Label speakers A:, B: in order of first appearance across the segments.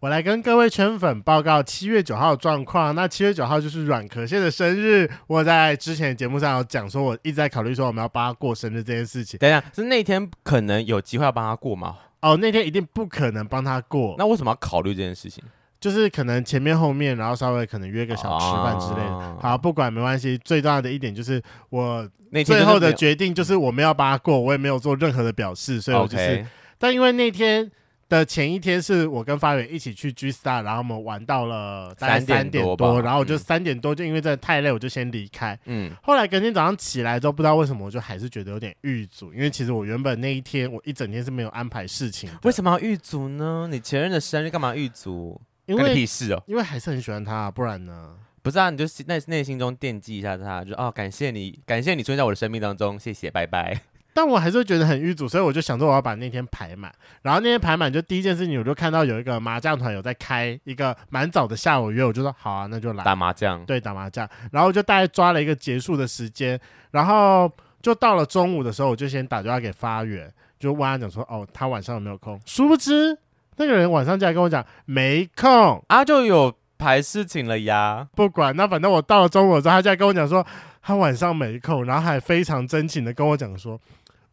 A: 我来跟各位圈粉报告七月九号的状况。那七月九号就是软壳蟹的生日。我在之前的节目上有讲说，我一直在考虑说我们要帮他过生日这件事情。
B: 等一下，是那天可能有机会要帮他过吗？
A: 哦，那天一定不可能帮他过，
B: 那为什么要考虑这件事情？
A: 就是可能前面后面，然后稍微可能约个小吃饭之类的。
B: 啊
A: 好，不管没关系。最重要的一点就是，我
B: 那天就是
A: 最后
B: 没
A: 的
B: 有
A: 决定就是我没有帮他过，我也没有做任何的表示，所以我就是
B: OK
A: 但因为那天的前一天是我跟发源一起去 G Star，然后我们玩到了大概
B: 3点
A: 三点
B: 多吧
A: 多，然后我就
B: 嗯
A: 三点多就因为真的太累，我就先离开。
B: 嗯
A: 后来隔天早上起来之后，不知道为什么我就还是觉得有点郁卒，因为其实我原本那一天我一整天是没有安排事情的，
B: 为什么要预足呢？你前任的生日干嘛预足？
A: 因
B: 干你
A: 为
B: 屁事哦！
A: 因为还是很喜欢他、不然呢？
B: 不是啊，你就心内内心中惦记一下他，就哦，感谢你，感谢你出现在我的生命当中，谢谢，拜拜。
A: 但我还是会觉得很郁卒，所以我就想说我要把那天排满。然后那天排满，就第一件事情我就看到有一个麻将团有在开一个蛮早的下午约，我就说好啊，那就来。
B: 打麻将，
A: 对，打麻将，然后就大概抓了一个结束的时间，然后就到了中午的时候，我就先打电话给发源，就问他讲说，哦，他晚上有没有空？殊不知那个人晚上竟然跟我讲没空，
B: 啊，就有排事情了呀。
A: 不管，那反正我到了中午之后，他竟然跟我讲说他晚上没空，然后还非常真情的跟我讲说。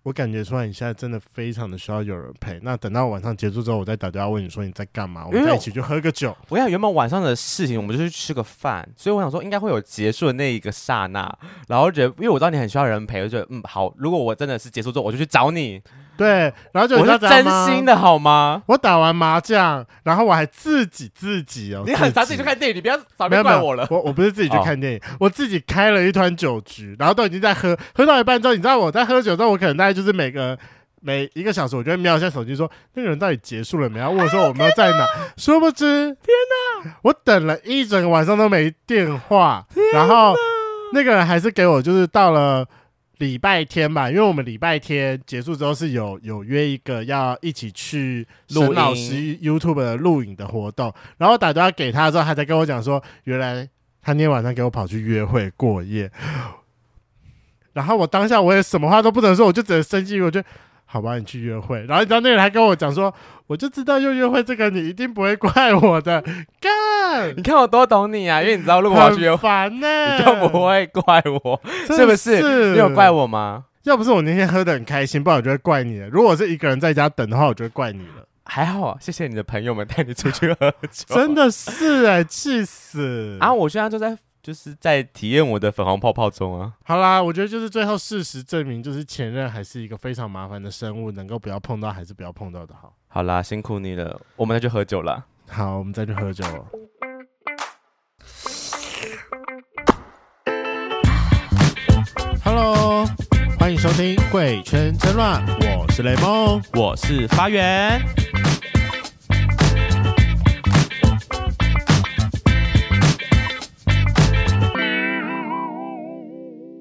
A: 我感觉出来你现在真的非常的需要有人陪。那等到晚上结束之后，我再打电话问你说你在干嘛，我们
B: 因为
A: 再一
B: 我
A: 起去喝个酒。
B: 我想原本晚上的事情，我们就是去吃个饭，所以我想说应该会有结束的那一个刹那，然后觉得因为我知道你很需要人陪，我就觉得嗯好，如果我真的是结束之后，我就去找你，
A: 对，然后就你
B: 我
A: 知道
B: 是
A: 怎样
B: 真
A: 吗
B: 心的好吗？
A: 我打完麻将，然后我还自己自己哦，
B: 你很常
A: 自
B: 自
A: 己
B: 己去看电影，你不要早
A: 没
B: 别
A: 有没
B: 怪
A: 有
B: 我了。
A: 我我不是自己去
B: 哦
A: 看电影，我自己开了一团酒局，然后都已经在喝，喝到一半之后，你知道我在喝酒之后，我可能大概就是每个每一个小时，我就会瞄一下手机说那个人到底结束了没，然后问我说
B: 啊
A: 我们要在哪，殊不知天哪，我等了一整个晚上都没电话，然后那个人还是给我就是到了。礼拜天吧，因为我们礼拜天结束之后是有有约一个要一起去
B: 录
A: 沈老
B: 音
A: 师 YouTube 的录影的活动，然后打电话给他之后，他才跟我讲说，原来他那天晚上给我跑去约会过夜。然后我当下我也什么话都不能说，我就只能生气，我就好吧，你去约会。然后你知道那个人还跟我讲说，我就知道又约会这个你一定不会怪我的，干，
B: 你看我多懂你啊，因为你知道如 果我要去约
A: 很
B: 会，
A: 烦呢、
B: 你就不会怪我，
A: 真
B: 是不
A: 的
B: 是
A: 是？？
B: 你有怪？我吗？
A: 要不是我那天喝的很开心，不然我就会怪你了。如果我是一个人在家等的话，我就会怪你了。
B: 还好，啊谢谢你的朋友们带你出去喝酒，
A: 真的是哎、气死！
B: 哦啊！我现在就在就是在体验我的粉红泡泡中啊。
A: 好啦，我觉得就是最后事实证明，就是前任还是一个非常麻烦的生物，能够不要碰到还是不要碰到的好。
B: 好啦，辛苦你了，我们再去喝酒啦。
A: 好，我们再去喝酒哦。Hello，欢迎收听《贵圈争乱》，我是雷梦。
B: 我是发源，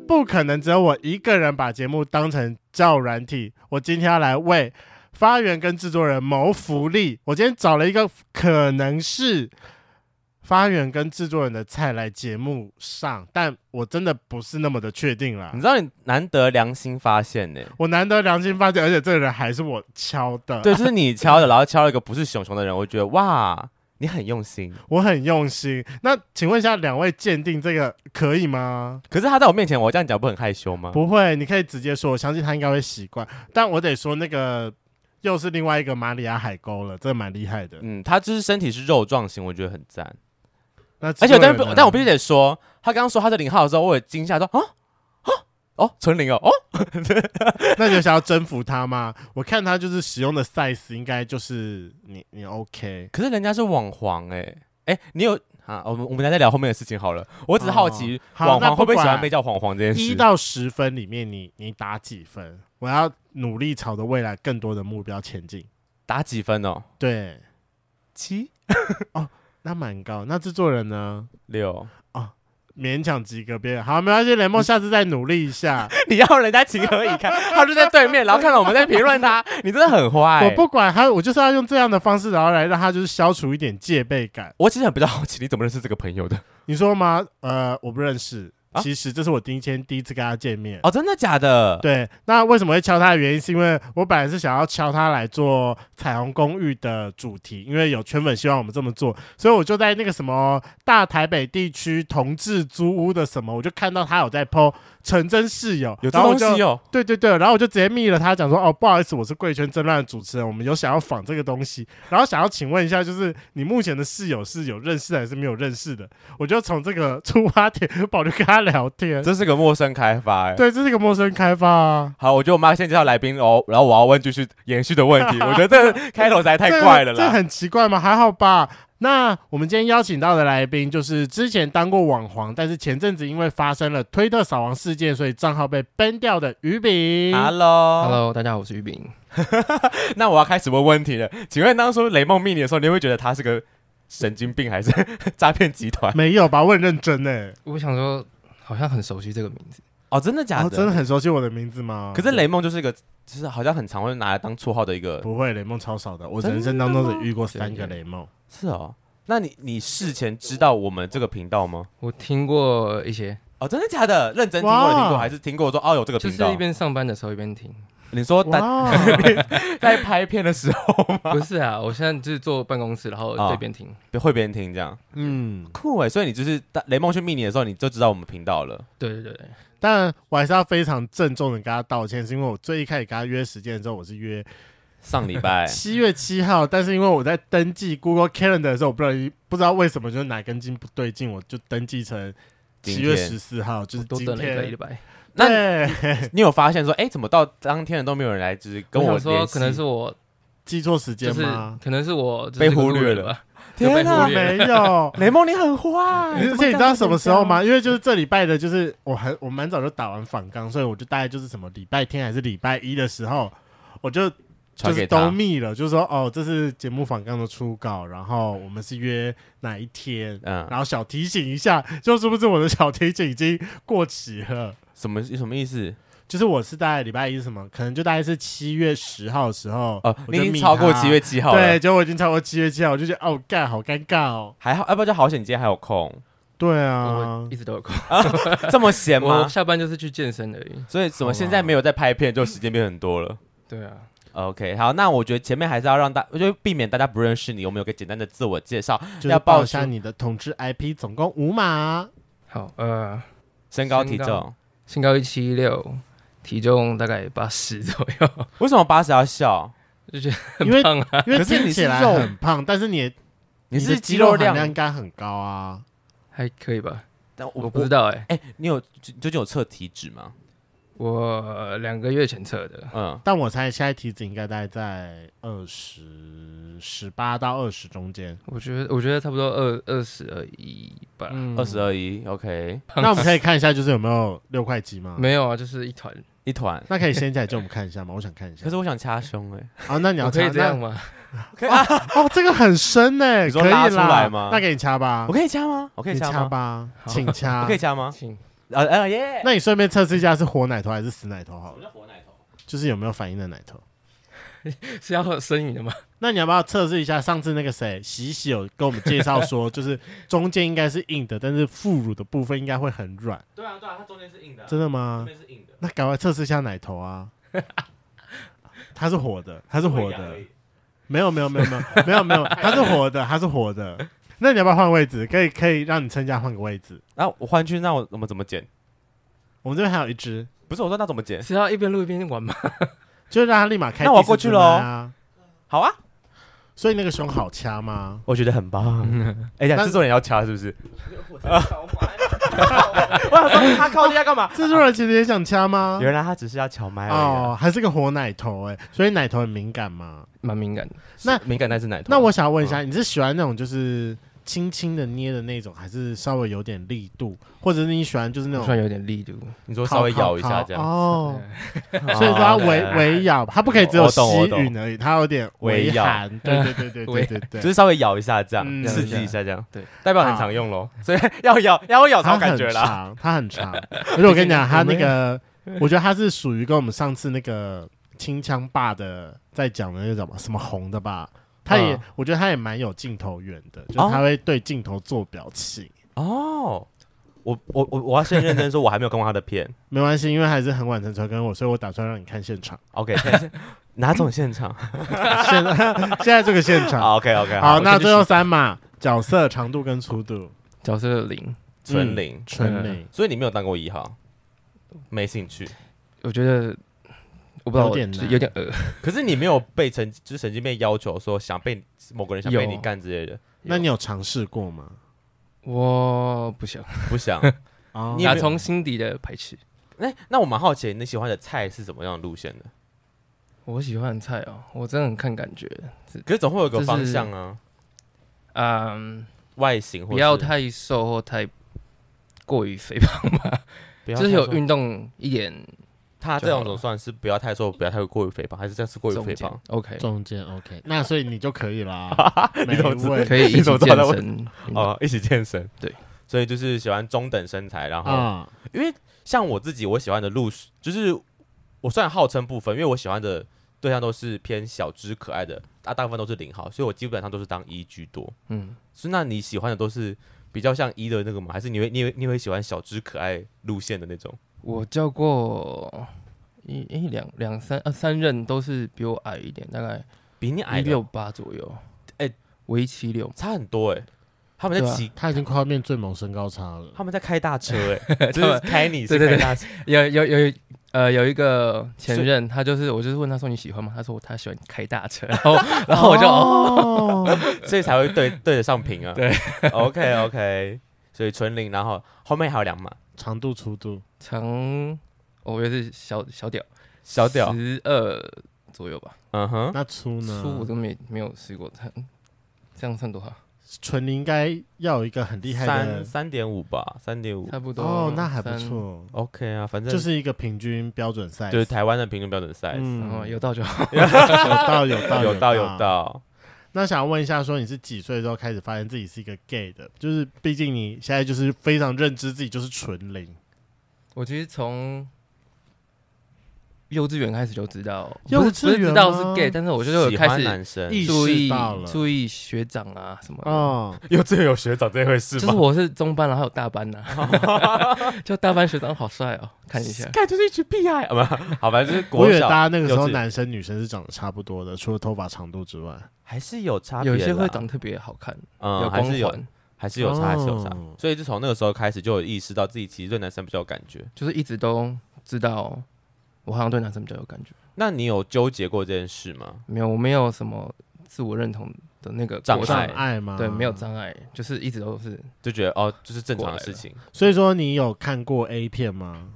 A: 不可能只有我一个人把节目当成教软体，我今天要来为发源跟制作人谋福利。我今天找了一个可能是发源跟制作人的菜来节目上，但我真的不是那么的确定啦
B: 你。知道你难得良心发现呢、
A: 我难得良心发现，而且这个人还是我敲的，
B: 对，就是 你敲的，然后敲了一个不是熊熊的人，我觉得哇，你很用心。
A: 我很用心。那请问一下，两位鉴定这个可以吗？
B: 可是他在我面前，我这样讲不很害羞吗？
A: 不会，你可以直接说，我相信他应该会习惯。但我得说，那个又是另外一个马里亚海沟了，这蛮厉害的。
B: 嗯，他就是身体是肉状型，我觉得很赞。
A: 那
B: 而且我但是
A: 制作人呢
B: 但我必须得说，他刚刚说他是零号的时候，我有惊吓说啊啊哦，纯零哦哦，
A: 那你有想要征服他吗？ 我看他就是使用的 size 应该就是你你 OK。
B: 可是人家是网黄哎、哎、你有啊？我们我们等一下再聊后面的事情好了。我只是好奇、
A: 哦好
B: 网
A: 那
B: 黄
A: 不
B: 会不会喜
A: 管
B: 欢被叫黄黄这件
A: 一
B: 事。
A: 到十分里面你，你打几分？我要努力朝着未来更多的目标前进。
B: 打几分哦？
A: 对，
B: 七
A: 那蛮高。那制作人呢？
B: 六，
A: 勉强及格边缘。好，没关系，雷梦下次再努力一下。
B: 你要人家情何以堪？他就在对面，然后看到我们在评论 他，你真的很坏、
A: 我不管他，我就是要用这样的方式，然后来让他就是消除一点戒备感。
B: 我其实很比较好奇，你怎么认识这个朋友的？
A: 你说吗？呃，我不认识。
B: 啊
A: 其实这是我第一天第一次跟他见面。
B: 哦，真的假的？
A: 对，那为什么会敲他的原因，是因为我本来是想要敲他来做《彩虹公寓》的主题，因为有圈粉希望我们这么做，所以我就在那个什么大台北地区同志租屋的什么，我就看到他有在 PO 成真室友，
B: 有这
A: 然后我
B: 东
A: 就
B: 西哦？
A: 对对对，然后我就直接密了他，讲说哦，不好意思，我是贵圈争乱的主持人，我们有想要仿这个东西，然后想要请问一下，就是你目前的室友是有认识的还是没有认识的？我就从这个出发点， 我就跟他聊天。
B: 这是个陌生开发、欸。
A: 对，这是一个陌生开发啊。
B: 好，我觉得我妈先介绍来宾哦，然后我要问继续延续的问 题。我觉得这个开头实在太怪了
A: 这这
B: 啦。
A: 很奇怪吗？还好吧。那我们今天邀请到的来宾，就是之前当过网黄，但是前阵子因为发生了推特扫黄事件，所以账号被 ban 掉的于饼。
B: Hello，Hello，
C: Hello，大家好，我是玉饼。
B: 那我要开始问问题了。请问当初雷梦密你的时候，你会觉得他是个神经病还是 诈骗集团？
A: 没有吧？我很认真哎、
C: 我想说，好像很熟悉这个名字，
B: 哦，真的假
A: 哦
B: 的？
A: 真的。很熟悉我的名字吗？
B: 可是雷梦就是一个，就是好像很常会拿来当绰号的一个。
A: 不会，雷梦超少的。我
B: 真的
A: 人生当中只
B: 吗
A: 遇过三个
C: 对对
A: 雷梦。
B: 是哦，那你你事前知道我们这个频道吗？
C: 我听过一些，
B: 哦，真的假的？认真听过
A: 哇
B: 的听过，还是听过说哦有这个
C: 就
B: 频
C: 是
B: 道？
C: 一边上班的时候一边 听。
B: 你说在
A: 哇，
B: 在拍片的时候
C: 不是啊，我现在就是坐办公室，然后
B: 啊
C: 这边听。
B: 会别人听这样，
A: 嗯，
B: 酷哎！所以你就是当雷梦去密你的时候，你就知道我们频道了。
C: 对对对，
A: 当然我还是要非常郑重的跟他道歉，是因为我最一开始跟他约时间的时候，我是约
B: 上礼 拜
A: 七月七号，但是因为我在登记 Google Calendar 的时候，我不知道不知道为什么就是哪根筋不对劲，我就登记成
B: 今
A: 七
B: 天
A: 月十四号，就
C: 我
A: 是
C: 多
A: 今
C: 等了一个礼
A: 天。
C: 拜。
B: 那
A: 对，
B: 你有发现说，哎，怎么到当天的都没有人来，就是跟
C: 我
B: 我
C: 想说，
B: 联系
C: 可能是我
A: 记错时
C: 就
A: 间
C: 是
A: 吗？
C: 可能是我就是
B: 被
C: 这个
B: 忽
C: 路
B: 略
C: 人
B: 了
C: 吧。就
B: 天
C: 被
B: 哪。
C: 忽
A: 我
C: 略！
A: 没 有
B: 雷梦你很坏，
A: 而且你知道什么时候吗？？因为就是这礼拜的，就是我很我蛮早就打完反纲，所以我就大概就是什么礼拜天还是礼拜一的时候，我就就
B: 传
A: 是
B: 给
A: 都
B: 他。
A: 密了，就是说哦，这是节目反纲的初稿，然后我们是约哪一天，
B: 嗯，
A: 然后小提醒一下，就是不是我的小提醒已经过期了？
B: 什么什么意思？
A: 就是我是大概礼拜一是什么？可能就大概是七月十号的时候，
B: 哦，
A: 我
B: 你
A: 就
B: 已经
A: 密
B: 超过
A: 他
B: 七月七号了
A: 对，，结果我已经超过七月七号，我就觉得哦，干好尴尬哦。
B: 还好，要不然就好险，你今天还有空，
A: 对啊
C: 我，一直都有空，
B: 这么闲
C: 我
B: 吗？
C: 下班就是去健身而已。
B: 所以怎
A: 好
B: 么
A: 啊
B: 现在没有在拍片，就时间变很多了。
C: 对啊，
B: OK，好，那我觉得前面还是要让大，我就避免大家不认识你，我们有个简单的自我介绍，
A: 就是
B: 要报
A: 报一下
B: 出
A: 你的统治 IP，总共五码。啊
C: 好，呃，
B: 身高体
C: 身高
B: 重。
C: 身高一七六，体重大概八十左右，
B: 为什么八十要笑？
C: 就觉得
A: 因为
C: 很胖啊，
A: 因为
B: 可是
A: 听
B: 你
A: 起
B: 是
A: 来
B: 肉
A: 很胖，但是你
B: 你
A: 的
B: 是
A: 肌
B: 肌肉
A: 含
B: 量？
A: 量应该很高啊。
C: 还可以吧？
B: 但
C: 我不知。道哎，
B: 哎、你有最最近有测体脂吗？
C: 我两个月前测的，
B: 嗯，
A: 但我猜现在体脂应该大概在二十十八到二十中间。
C: 我觉得我觉得差不多二二十而已吧。
A: 嗯
B: 二十二一，OK，
A: 那我们可以看一下，就是有没有六块肌吗？
C: 没有啊，就是一团。
B: 一团。
A: 那可以掀起来借我们看一下吗？我 想看一下
B: 可。是我想掐胸哎、
A: 啊，那你要
C: 我可
A: 掐
C: 以这样吗？
A: 那哦，这个很深呢、
B: 你说
A: 可以
B: 拉出
A: 啦
B: 来吗
A: 那给你掐吧
B: 我，可以掐吗？我可以
A: 啊你
B: 掐
A: 掐
B: 吗？
A: 吧，
C: 好
A: 请掐。
B: 我可以掐吗？
C: 请
B: 呃呃耶！
A: 那你顺便测试一下是活奶头还是死奶头好了，
B: 叫火奶头？
A: 就是有没有反应的奶头。
C: 是要呻吟的吗？
A: 那你要不要测试一下？上次那个谁，喜喜有跟我们介绍 说，就是中间应该是硬的，但是副乳的部分应该会很软，
B: 对啊对啊，它中间是硬的
A: 真的吗？
B: 是硬的，
A: 那赶快测试一下奶头 啊！它是活的，它是活的。 没有没有没有 没有没有没有，它是活 的，它是活的。那你要不要换位置？可以可以让你撑家换个位置。
B: 然后我换去，那我我们怎么剪？
A: 我们这边还有一只，
B: 不是我说那怎么剪？
C: 是要一边录一边玩吗？
A: 就让它立马开。
B: 那我过去咯
A: 啊。
B: 好啊，
A: 所以那个胸好掐吗？
B: 我觉得很棒。 哎呀，
A: 那
B: 制作人要掐是不是？我想说他靠近要干嘛？
A: 制作人其实也想掐吗？
B: 原来他只是要敲麦而已啊。
A: 啊哦，还是个活奶头哎、所以奶头很敏感嘛。
C: 蛮敏感的，
A: 那
B: 是敏感带是奶头。啊嗯
A: 那我想问一下，你是喜欢那种就是轻轻的捏的那种，还是稍微有点力度，或者是你喜欢就是那
C: 我
A: 种
C: 突然有点力度。
B: 你说稍微
A: 烤
B: 咬一下这
A: 烤
B: 样，
A: 哦？
B: 哦
A: 所以说它
B: 对
A: 微微咬，它不可以只有
B: 我
A: 吸
B: 懂我懂
A: 吮而已，它有点
B: 微咬
A: 含。对对对对对对对，
B: 就是稍微咬一下这样，
A: 嗯
B: 刺激一下这样，
C: 对，
B: 代表很常用咯。所以 要咬要咬才
A: 它
B: 有感
A: 很
B: 觉啦。
A: 长，它很 长。而且我跟你讲，它那个，我觉得它是属于跟我们上次那个清腔霸的在讲的那种什么红的吧。它也
C: 嗯，
A: 我觉得它也蛮有镜头缘的，就是
B: 哦
A: 它会对镜头做表情。
B: 哦，我我我我要先认真说，我还没有看过他的片。
A: 没关系，因为还是很晚才传给我，所以我打算让你看现 场。
B: OK，现在是哪种现场
A: 现在现在这个现场，
B: ？OK OK，
A: 好，嗯那最后
B: 是
A: 三嘛，角色长度跟粗度，
C: 角色的零，
B: 纯零，
A: 纯零，
B: 所以你没有当过一号，没兴趣。
C: 我觉得我不知道，
A: 有点
C: 就是
A: 难
C: 有点恶，
B: 可是你没有被曾就是曾经被要求说想被某个人想被
C: 有
B: 你干之类的，
A: 那你有尝试过吗？
C: 我不想，
B: 不 想。
A: 哦
B: 你有没有
C: 打从心底的排斥。
B: 哎、那我蛮好奇你喜欢的菜是怎么样的路线的？
C: 我喜欢的菜哦，我真的很看感觉，
B: 可是总会有个
C: 就是
B: 方向啊，
C: 嗯，
B: 外形或
C: 不要
B: 是
C: 太瘦或太过于肥胖吧，
B: 不要
C: 就是
B: 太
C: 有
B: 瘦
C: 运动一点
B: 他
C: 就
B: 这
C: 好
B: 种总
C: 了
B: 算是不要太瘦，不要太过于肥胖，还是这样是过于
C: 中
B: 肥
C: 间
B: 胖？
C: ，OK，
A: 中间 OK，那所以你就可以啦。
B: 你怎么知
A: 没问题
C: 可以 一
B: 你
C: 起
B: 怎么
C: 健
B: 知道他会
C: 身。哦，
B: 哦，一 起健身，
C: 对，嗯
B: 所以就是喜欢中等身材，然后、
A: 啊？
B: 因为像我自己，我喜欢的路数就是我虽然号称不分，因为我喜欢的对象都是偏小只可爱的，大大部分都是零号，所以我基本上都是当一居多。
C: 嗯，
B: 所以那你喜欢的都是比较像一的那个吗？还是你会你会你会喜欢小只可爱路线的那种？
C: 我叫过一一两两三呃三任都是比我矮一点，大概
B: 比你矮
C: 一
B: 的
C: 六八左右。
B: 哎
C: 我一七六，
B: 差很多哎、他们在
C: 对啊
B: 骑。
A: 他已经快要变最萌身高差了。
B: 他们在开大车哎、就是开你是
C: 对对
B: 开
C: 对
B: 大车，
C: 有有有呃有一个前
B: 所以
C: 任，他就是我就是问他说你喜欢吗？他说我他喜欢开大车，然后 然后我就 哦
A: 哦，
B: 所以才会对对得上屏啊。
C: 对
B: ，OK OK，所以纯零，然后后面还有两码
A: 长度粗度，
C: 长，我也是小小屌，
B: 小屌，
C: 十二左右吧，
B: 嗯哼，
A: 那粗呢？
C: 粗我都没没有试过，他这样算多少？
A: 纯零应该要有一个很厉害
B: 三
A: 的
B: 三点五吧，三点五
C: 差不多
A: 哦，那还不
C: 三。
A: 错，
B: ，OK 啊，反正
A: 就是一个平均标准赛。
B: 就是台湾的平均标准赛，
C: 哦，
A: 嗯，
C: 有到就好。
A: 有到有到
B: 有到有。到，
A: 那想问一下，说你是几岁之后开始发现自己是一个 gay 的？就是毕竟你现在就是非常认知自己就是纯零，
C: 我其实从幼稚园开始就知道，
A: 幼
C: 不是
A: 稚
C: 不是
A: 园
C: 知道
A: 吗
C: 是 gay，但是我就有
B: 喜
C: 开
B: 欢
C: 始
B: 男生，
A: 意
C: 注
A: 识
C: 意
A: 到了。
C: 注意学长啊什么的。
A: 哦，
B: 有这有学长这回事
C: 就是我是中班，然后还有大班呐、啊 就大班学长好帅哦，看一下。
B: 看就是一群屁孩，好吧，啊 好，反正就是
A: 我
B: 国
A: 以为大
B: 小
A: 家那个时
B: 幼
A: 候
B: 稚
A: 男生女生是长得差不多的，除了头发长度之外。
B: 还是有差别
C: 有
B: 啦，
C: 一些会长特别好看，有
B: 嗯，还
C: 光
B: 是有
C: 环，
B: 还是有差，还是有差
A: 哦，
B: 所以就从那个时候开始就有意识到自己其实对男生比较有感觉。
C: 就是一直都知道我好像对男生比较有感觉。
B: 那你有纠结过这件事吗？
C: 没有，我没有什么自我认同的那个
B: 障
C: 过
A: 障
B: 碍
C: 程
A: 碍吗？
C: 对，没有。障碍，就是一直都是。
B: 就觉得哦，就是正常
C: 过
B: 的
C: 来
B: 事
C: 了
B: 情。
A: 所以说你有看过 A 片吗？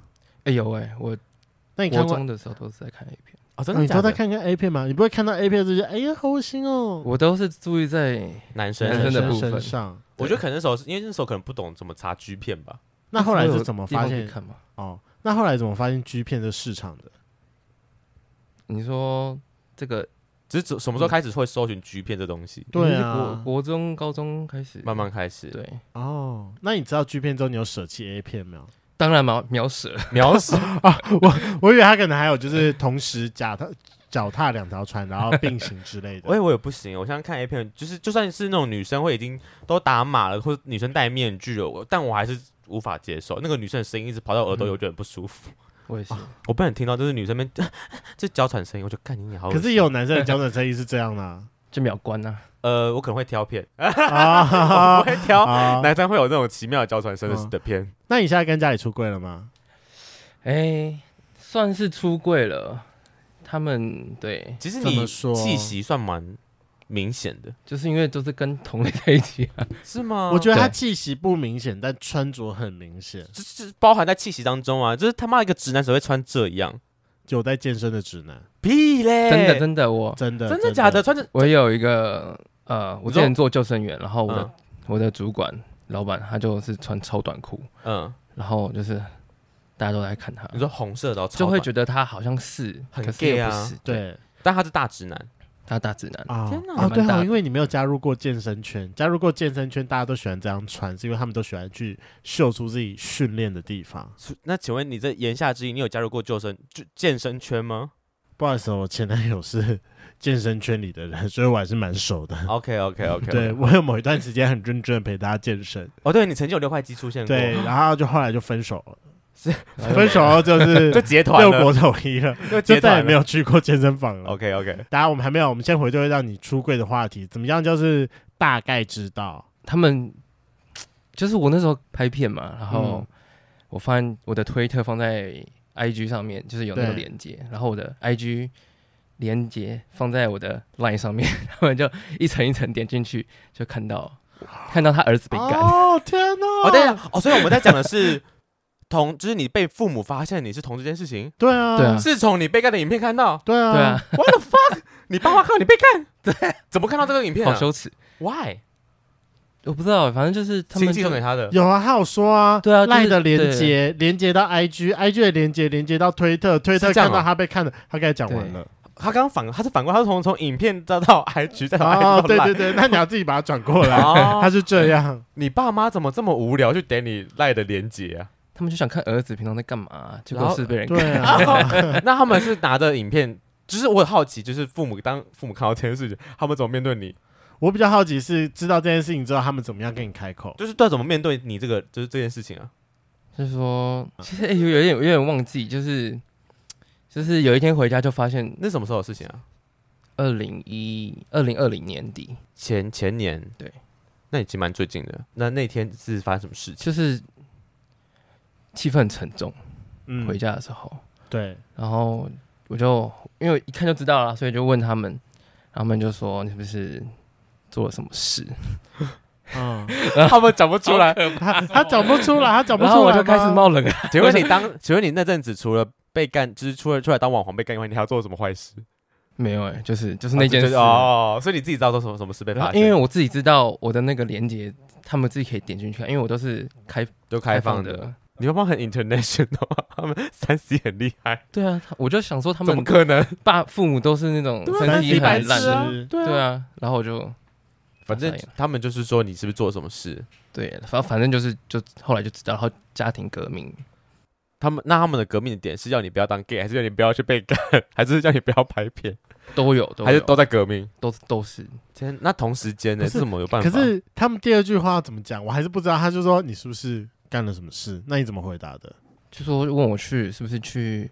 C: 哎、有哎、我
A: 那你看
C: 国
A: 过？
C: 中的时候都是在看 A 片，
B: 哦，真
A: 啊
B: 的
A: 你
B: 假
A: 都在
B: 的？
A: 看看 A 片吗？你不会看到 A 片这些？哎呀，好恶心哦！
C: 我都是注意在
B: 男生
C: 男
B: 真
C: 生的
B: 的，
C: 部分
A: 身上。
B: 我觉得可能那时候是因为那时候可能不懂怎么查 G 片吧。
A: 那后来
C: 就是有
A: 怎么
C: 地方
A: 发
C: 可以
A: 现？
C: 看嘛？
A: 哦，那后来怎么发现 G 片这市场的？
C: 你说这个
B: 只是什么时候开始会搜寻 G 片这东西？
A: 对
C: 你是国
A: 啊，
C: 国中、高中开始
B: 慢慢开始
C: 嗯对，
A: 哦，那你知道 G 片之后你有舍弃 A 片没有？
C: 当然秒秒死 了，
B: 描 述
A: 我以为他可能还有就是同时脚踏脚踏两条船，然后并行之 类
B: 哎我
A: 的。
B: 也我也不行，我现在看 A 片，就是就算是那种女生会已经都打码了，或者女生戴面具了，我但我还是无法接受那个女生的声音一直跑到我耳朵，
C: 嗯
B: 有点不舒服。
C: 我也是。
B: 我不能听到，就是女生们 这娇喘声音，我就看你好恶
A: 可
B: 心。
A: 是也有男生的脚本生意是这样的 啊
C: 就秒关呐、啊，
B: 呃，我可能会挑片，我
A: 啊
B: 会挑
A: 啊！
B: 男生会有那种奇妙的娇喘声的
A: 嗯
B: 的片。
A: 那你现在跟家里出柜了吗？
C: 哎、算是出柜了。他们对，
B: 其实
A: 这
B: 你
A: 么说
B: 气息算蛮明显的，
C: 就是因为都是跟同类在一起、啊，
B: 是吗？
A: 我觉得他
C: 对
A: 气息不明显，但穿着很明显，
B: 这这包含在气息当中啊，就是他妈一个直男只会穿这样，
A: 有在健身的直男，
B: 屁
A: 哎
B: 嘞！
C: 真的真的，我
A: 真的
B: 真的假的？？穿着
C: 我有一个呃，我
B: 你
C: 之
B: 说
C: 前做救生员，然后我的、
B: 嗯
C: 我的主管老板他就是穿超短裤，
B: 嗯，
C: 然后就是大家都在看他，
B: 你说红色的哦，
C: 就
B: 超
C: 会
B: 短
C: 觉得他好像是，
B: 很
C: 可是又
B: gay 啊
C: 不是，，
A: 对
B: 但他是大直男，
C: 他大直 男，
A: 啊，
B: 天哪
A: 哦对
C: 蛮大
A: 哦，
C: 的
A: 因为你没有加入过健身圈，加入过健身圈，大家都喜欢这样穿，是因为他们都喜欢去秀出自己训练的地方。
B: 是那请问你这言下之意，你有加入过救生就健身圈吗？
A: 不好意思哦，我前男友是健身圈里的人，所以我还是蛮熟 的。
B: OK OK OK，
A: 对我有某一段时间很认真的陪大家健身，
B: 哦，对你曾经有六块肌出现过，
A: 对，然后就后来就分手了，
C: 哎呦
A: 分手后 就是
B: 就结团
A: 六
B: 了，
A: 国统一了，
B: 就
A: 就
B: 结
A: 再
B: 团
A: 也
B: 了
A: 没有去过健身房了。
B: OK OK，
A: 当然，我们还没有，我们先回对让你出柜的话题，怎么样就是大概知道，
C: 他们就是我那时候拍片嘛，然后
A: 嗯
C: 我发现我的推特放在 IG 上面，就是有那个
A: 对
C: 连接，然后我的 IG 连接放在我的 Line 上面， 他们就一层一层点进去，就看到 看到他儿子被干，
A: 哦天哪！
B: 哦对啊，哦，所以我们在讲的是同，就是你被父母发现你是同这件事情，
A: 对啊，
C: 对啊
B: 是从你被干的影片看到
A: 对啊，
C: 对啊，
B: ，What the fuck，你爸妈看到你被干，对，怎么看到这个影片
C: 好
B: 啊
C: 羞耻，
B: ？Why？
C: 我不知道，反正就是他
B: 亲
C: 们
B: 戚
C: 就
B: 送给他的，
A: 有啊，他有说啊，
C: 对啊就是
A: 赖的连接连接到 IG，IG 的连接连接到推特，
C: 啊
A: 推特
B: 是这样
A: 看
B: 哦
A: 到他被看的，他刚才讲完了。
B: 他刚反，他是反过来，他是从从影片再到 IG 再到 IG
A: 哦，
B: 到
A: 对
B: Line
A: 对对，那你要自己把它转过来。
B: 哦
A: 他是这 样，
B: 你爸妈怎么这么无聊，就点你赖的连接啊？
C: 他们就想看儿子平常在干嘛，结
B: 然
C: 果
B: 后
C: 是被人干，
A: 对啊，
B: 然后 那他们是拿着影片，就是我很好奇，就是父母当父母看到这件事情，他们怎么面对你？
A: 我比较好奇是知道这件事情之后，他们怎么样跟你开口？
B: 就是对怎么面对你这个就是这件事情啊？
C: 就是说
B: 嗯
C: 其实、哎有有点有点忘记，就是就是有一天回家就发现
B: 那什么时候的事情啊？
C: 二零一二零二零年底，
B: 前前年
C: 对，
B: 那已经蛮最近的。那那天是发生什么事情？
C: 就是气氛很沉重。
A: 嗯
C: 回家的时候，
A: 对，
C: 然后我就因为一看就知道了，所以就问他们，然后他们就说你是不是做了什么事？
A: 嗯，
B: 他们讲不出来。
A: 他他讲不出来，他讲不
C: 然
A: 出来
C: 后
A: 吗，
C: 我就开始冒冷 汗，
B: 请问你当，请问你那阵子除了被干，就是除了出来当网红被干以外，你还要做了什么坏事？
C: 没有哎、就是就是那件
B: 就
C: 事。
B: 是哦，所以你自己知道做什么什么事被
C: 然
B: 发
C: 后
B: 现，
C: 因为我自己知道我的那个连接，他们自己可以点进去看，因为我都是开
B: 就
C: 开
B: 开放的。
C: 的。
B: 你妈妈很 international，啊他们三 C 很厉害，
C: 对啊，他我就想说他
B: 怎么
C: 们
B: 可能？
C: 爸父母都是那种
B: 对啊
C: 分析
A: 三 C 白
C: 很
A: 痴
C: 烂
A: 啊
C: 的，
B: 对
C: 对，啊。然后我就
B: 反正
C: 傻眼
B: 他们就是说你是不是做了什么事？
C: 对，反反正就是就后来就知道，然后家庭革命
B: 他们那他们的革命的点是要你不要当 gay，还是要你不要去被干， 还是叫你不要拍片，
C: 都有，都
B: 还是
C: 有
B: 都在革命？
C: 都都是
B: 天，那同时间呢？
A: 不是
B: 这怎么有办法？
A: 可是他们第二句话怎么讲，我还是不知道。他就说你是不是干了什么事？那你怎么回答的？
C: 就说问我去是不是去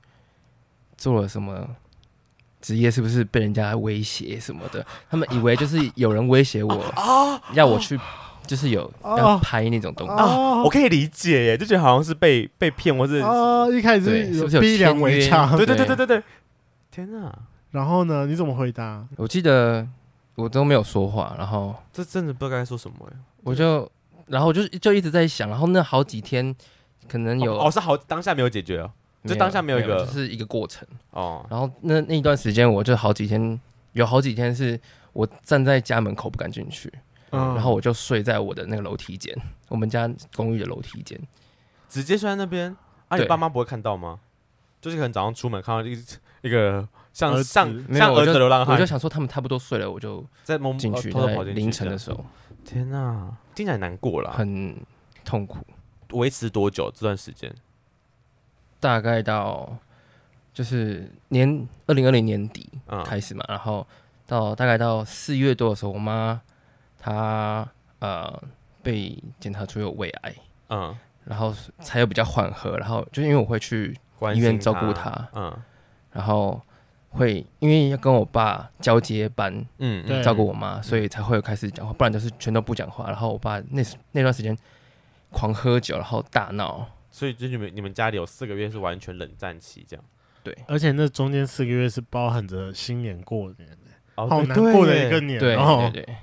C: 做了什么职业，是不是被人家威胁什么的？他们以为就是有人 威胁
A: 哦
C: 我，要我去，就是有要拍那种东
A: 哦
C: 西。
B: 啊，我可以理解耶，就觉得好像是被被骗，或是、
A: 哦，一开始
C: 对是不是有
A: 逼良为
C: 签
A: 娼
B: 对
C: 约，
B: 对对对对对，天哪，
A: 然后呢？你怎么回答？
C: 我记得我都没有说话，然后
B: 这真的不知道该说什么耶。
C: 我就，然后我就就一直在想，然后那好几天可能有
B: 哦哦，是好当下没有解决哦，就
C: 没有
B: 当下没有一个
C: 就是一个过程。
B: 哦，
C: 然后那那一段时间，我就好几天，有好几天是我站在家门口不敢进去，
A: 嗯
C: 然后我就睡在我的那个楼梯间，我们家公寓的楼梯间。
B: 直接睡在那边啊，
C: 对
B: 你爸妈不会看到吗？就是可能早上出门看到一一个像
A: 儿子
B: 像
C: 没有
B: 像
C: 我
B: 儿
C: 就
B: 子的流浪
C: 我就
B: 汉
C: 想说他们差不多睡了，我就
B: 在蒙
C: 进去，
B: 哦偷偷跑
C: 在
B: 进去
C: 凌
B: 这
C: 晨
B: 样啊
C: 的时候
B: 天呐，听起来难过啦。
C: 很痛苦，
B: 维持多久这段时间？
C: 大概到就是年二零二零年底
A: 啊
B: 嗯，
C: 开始嘛，然后到大概到四月多的时候，我妈她呃被检查出有胃癌，
B: 嗯，
C: 然后才有比较缓和，然后就是因为我会去
B: 关
C: 医
B: 心
C: 院照顾
B: 他，
A: 啊
C: 她，
B: 嗯
C: 然后会因为要跟我爸交接班，
B: 嗯，
A: 对
B: 嗯
C: 照顾我妈，所以才会有开始讲话，不然就是全都不讲话。然后我爸那时那段时间狂喝酒，然后大闹，
B: 所以就你们你们家里有四个月是完全冷战期这样，
A: 而且那中间四个月是包含着新年过年，
B: 哦
A: 好
B: 对
A: 难过的
B: 对
A: 一个
B: 耶
A: 年。
C: 对
A: 哦
C: 对，对，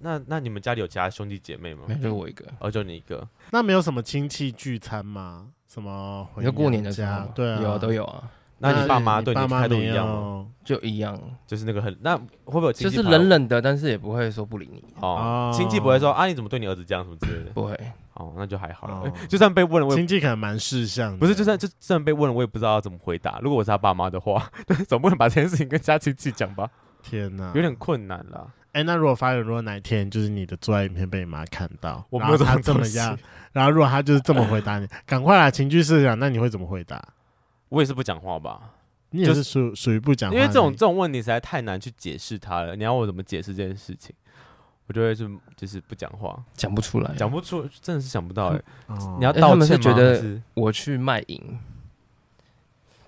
B: 那那你们家里有其他兄弟姐妹吗
C: 没？有就我一个，
B: 哦，就你一个。
A: 那没有什么亲戚聚餐吗？什么回
C: 你说过年的时
A: 家
C: 候，
A: 对啊，
C: 有啊都有啊，
B: 那
A: 但
B: 你
A: 是
B: 爸妈对
A: 爸
B: 你
A: 妈
B: 态度
A: 没
B: 一样哦吗？
A: 有
C: 就一样，
B: 就是那个很，那会不会有亲
C: 就
B: 戚
C: 是
B: 跑
C: 冷冷的，但是也不会说不理你，
B: 哦
A: 哦，
B: 亲戚不会说啊你怎么对你儿子这样什么之类的
C: 不会。
B: 哦，那就还好了。
A: 哦
B: 诶就算被问了，我也
A: 亲戚可能蛮事项的，
B: 不是，就算就算被问了，我也不知道要怎么回答。如果我是他爸妈的话， 总不能把这件事情跟家亲戚讲吧，
A: 天哪，
B: 有点困难啦。
A: 哎，那如果发现，如果哪一天就是你的做爱影片被你妈看到，
B: 我
A: 然
B: 没
A: 后
B: 有
A: 她
B: 这
A: 怎
B: 种
A: 么
B: 东西
A: 样？然后如果她就是这么回答你，赶快来情绪市场，那你会怎么回答？
B: 我也是不讲话吧，
A: 你也是属属于不讲话
B: 因
A: 的
B: 为
A: 那
B: 这
A: 个，
B: 种这种问题实在太难去解释它了。你要我怎么解释这件事情？我就会是就是不讲话，
C: 讲不出来。
B: 讲不出，真的是想不到哎、
A: 哦
B: 你要
C: 哎
B: 道
C: 他们
B: 歉
C: 是
B: 吗？
C: 觉
B: 还
C: 得
B: 是
C: 我去卖淫，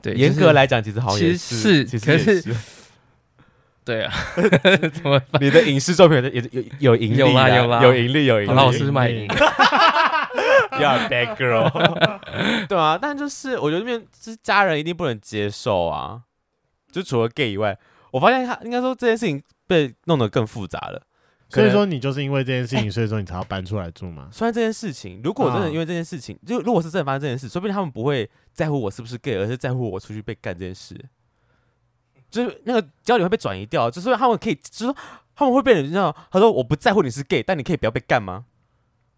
C: 对，
B: 严
C: 就
B: 格
C: 是
B: 来讲，其实好像也
C: 其实是
B: 其实
C: 可
B: 也
C: 是
B: 是
C: 对啊， 怎么办？
B: 你的影视作品有有有有盈利
C: 有啦
B: 啊
C: 有啦
B: 有盈利有盈利。
C: 好了，我是不是卖淫？
B: You are a bad girl，对啊，但就是我觉得那边就是家人一定不能接受啊，就除了 gay 以外，我发现他应该说这件事情被弄得更复杂了。可
A: 所
B: 能哎
A: 以说你就是因为这件事情，所以说你才要搬出来住嘛。
B: 虽然这件事情，如果真
A: 嗯
B: 的因为这件事情，就如果是真的发生这件事，说不定他们不会在乎我是不是 gay，而是在乎我出去被干这件事，就是那个焦点会被转移掉，就是他们可以，就是说他们会变成这样，他说我不在乎你是 gay，但你可以不要被干吗？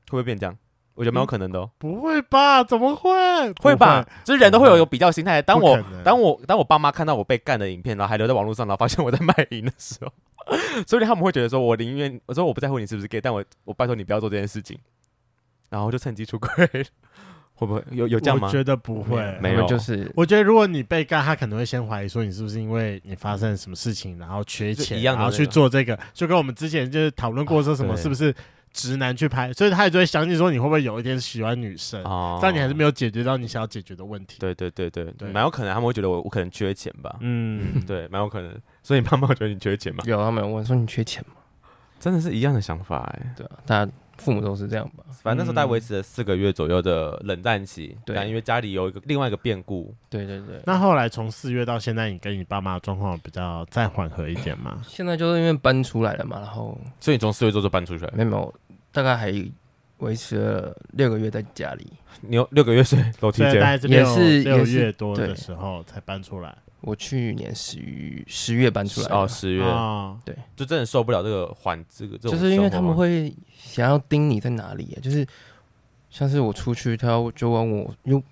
B: 会不会变这样？我觉得蛮有可能的哦，
A: 不会吧？怎么嗯会？
B: 会吧？就是人都会
A: 不
B: 有
A: 会
B: 有比较心态。当
A: 不
B: 我
A: 可能
B: 当我当我爸妈看到我被干的影片，然后还留在网络上，然后发现我在卖淫的时候， 所以他们会觉得说，我宁愿我说我不在乎你是不是 gay，但我我拜托你不要做这件事情，然后就趁机出轨， 会不会有有
A: 不
B: 这样吗
A: 我？觉得不会。
B: 没有
C: 我们就是
A: 我觉得如果你被干，他可能会先怀疑说你是不是因为你发生什么事情，然后缺
B: 就
A: 钱，
B: 一样的
A: 然后
B: 那
A: 去
B: 个
A: 做这个，就跟我们之前就是讨论过说什么
B: 对
A: 是不是直男去拍，所以他也就会相信说你会不会有一天喜欢女生，
B: 哦
A: 但你还是没有解决到你想要解决的问题。
B: 对对对对，
A: 对
B: 蛮有可能他们会觉得我我可能缺钱吧，
A: 嗯，
B: 对，蛮有可能。所以你妈妈觉得你缺钱吗？
C: 有他们有问说你缺钱吗？
B: 真的是一样的想法哎、
C: 对啊，大家父母都是这样吧？
B: 反正那时候大概维持了四个月左右的冷战期，
C: 对
B: 但因为家里有一个另外一个变故，
C: 对对对。
A: 那后来从四月到现在，你跟你爸妈的状况比较再缓和一点 吗？
C: 现在就是因为搬出来了嘛，然后
B: 所以你从四月之后就搬出去了。
C: 没有没有，大概还维持了六个月在家里。
B: 你有六个月睡楼梯
A: 所以大
B: 间，
A: 概是
C: 也
A: 六
C: 是也
A: 六
C: 是
A: 月多的
C: 对
A: 时候才搬出来。
C: 我去年十一十月搬出来
B: 哦，
C: 的，
B: 十月、
A: 哦
B: 就真的受不了这个环这个这种，
C: 就是因为他们，会想要盯你在哪里、就是像是我出去，他要就问我，又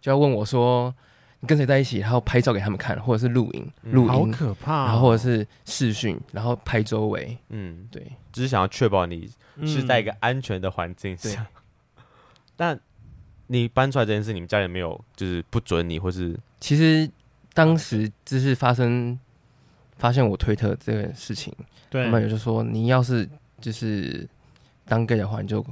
C: 就要问我说你跟谁在一起，然后拍照给他们看，或者是录影
B: 嗯
C: 录
A: 好
C: 音，
A: 可怕哦、
C: 然后或者是视讯，然后拍周围，
B: 嗯，
C: 对，
B: 只是想要确保你是在一个
A: 嗯
B: 安全的环境
C: 对
B: 下。
C: 嗯
B: 但你搬出来这件事，你们家里没有就是不准你，或是
C: 其实当时就是发生发现我推特这个事情，他们
A: 对
C: 有就说你要是就是当 gay 的话，你就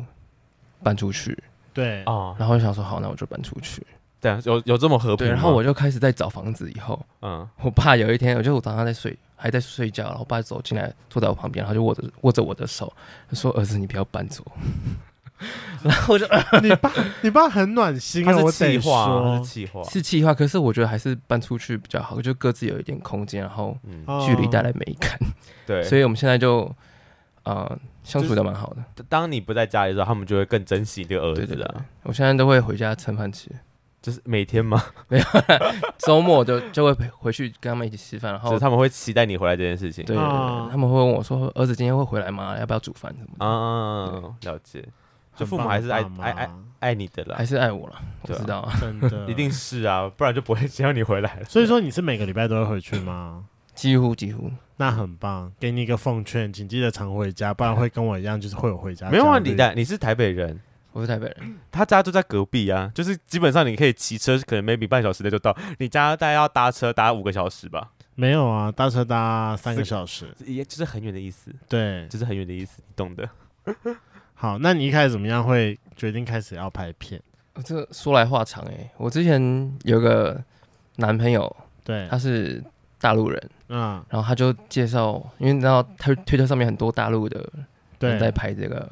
C: 搬出去。
A: 对
B: 哦，
C: 然后我想说好，那我就搬出去。
B: 对啊，有有这么和平
C: 对，
B: 吗？
C: 然后我就开始在找房子。以后
B: 嗯，
C: 我爸有一天，我就我早上在睡，还在睡觉，然后我爸走进来，坐在我旁边，然后就握着握着我的手，他说：“儿子，你不要搬走。”然后我就、
A: 你爸，你爸很暖心
B: 他
A: 啊！
B: 是
A: 我
B: 气
A: 得
B: 话，他
A: 说
B: 是，气话，
C: 是计划，可是我觉得还是搬出去比较好，就各自有一点空间，然后
B: 嗯，
A: 哦
C: 距离带来美感。
B: 对。
C: 所以我们现在就呃相处的蛮好的。
B: 当你不在家里的时候，他们就会更珍惜你这个儿
C: 对对
B: 子
C: 对
B: 啊，，
C: 我现在都会回家蹭饭吃，
B: 就是每天嘛，
C: 周末就就会回回去跟他们一起吃饭，然后
B: 就是他啊们会期待你回来这件事情。
C: 对对对
A: 哦
C: 对，他们会问我说：“儿子今天会回来吗？要不要煮饭什么的
B: 啊，了解，就父母还是爱爱爱爱你的？”啦
C: 还，是爱我了，我
B: 对啊
C: 知道啊，
A: 啊真的
B: 一定。是啊，不然就不会想要你回来了。
A: 所以说你是每个礼拜都会回去吗？
C: 几乎几乎
A: 那很棒，给你一个奉劝，请记得常回家，不然会跟我一样，就是会有回家。
B: 没有啊，你，的你是台北人，
C: 我是台北人，
B: 他家就在隔壁啊，就是基本上你可以骑车，可 能 maybe 半小时内就到。你家大概要搭车搭五个小时吧，
A: 没有啊，搭车搭三个小时。
B: 也就是很远的意思，
A: 对，
B: 就是很远的意思，你懂的。
A: 好，那你一开始怎么样会决定开始要拍片？
C: 我这说来话长哎、我之前有个男朋友，
A: 对
C: 他，是大陆人，
A: 嗯，
C: 然后他就介绍，因为你知道推推特上面很多大陆的人
A: 对，
C: 在拍这个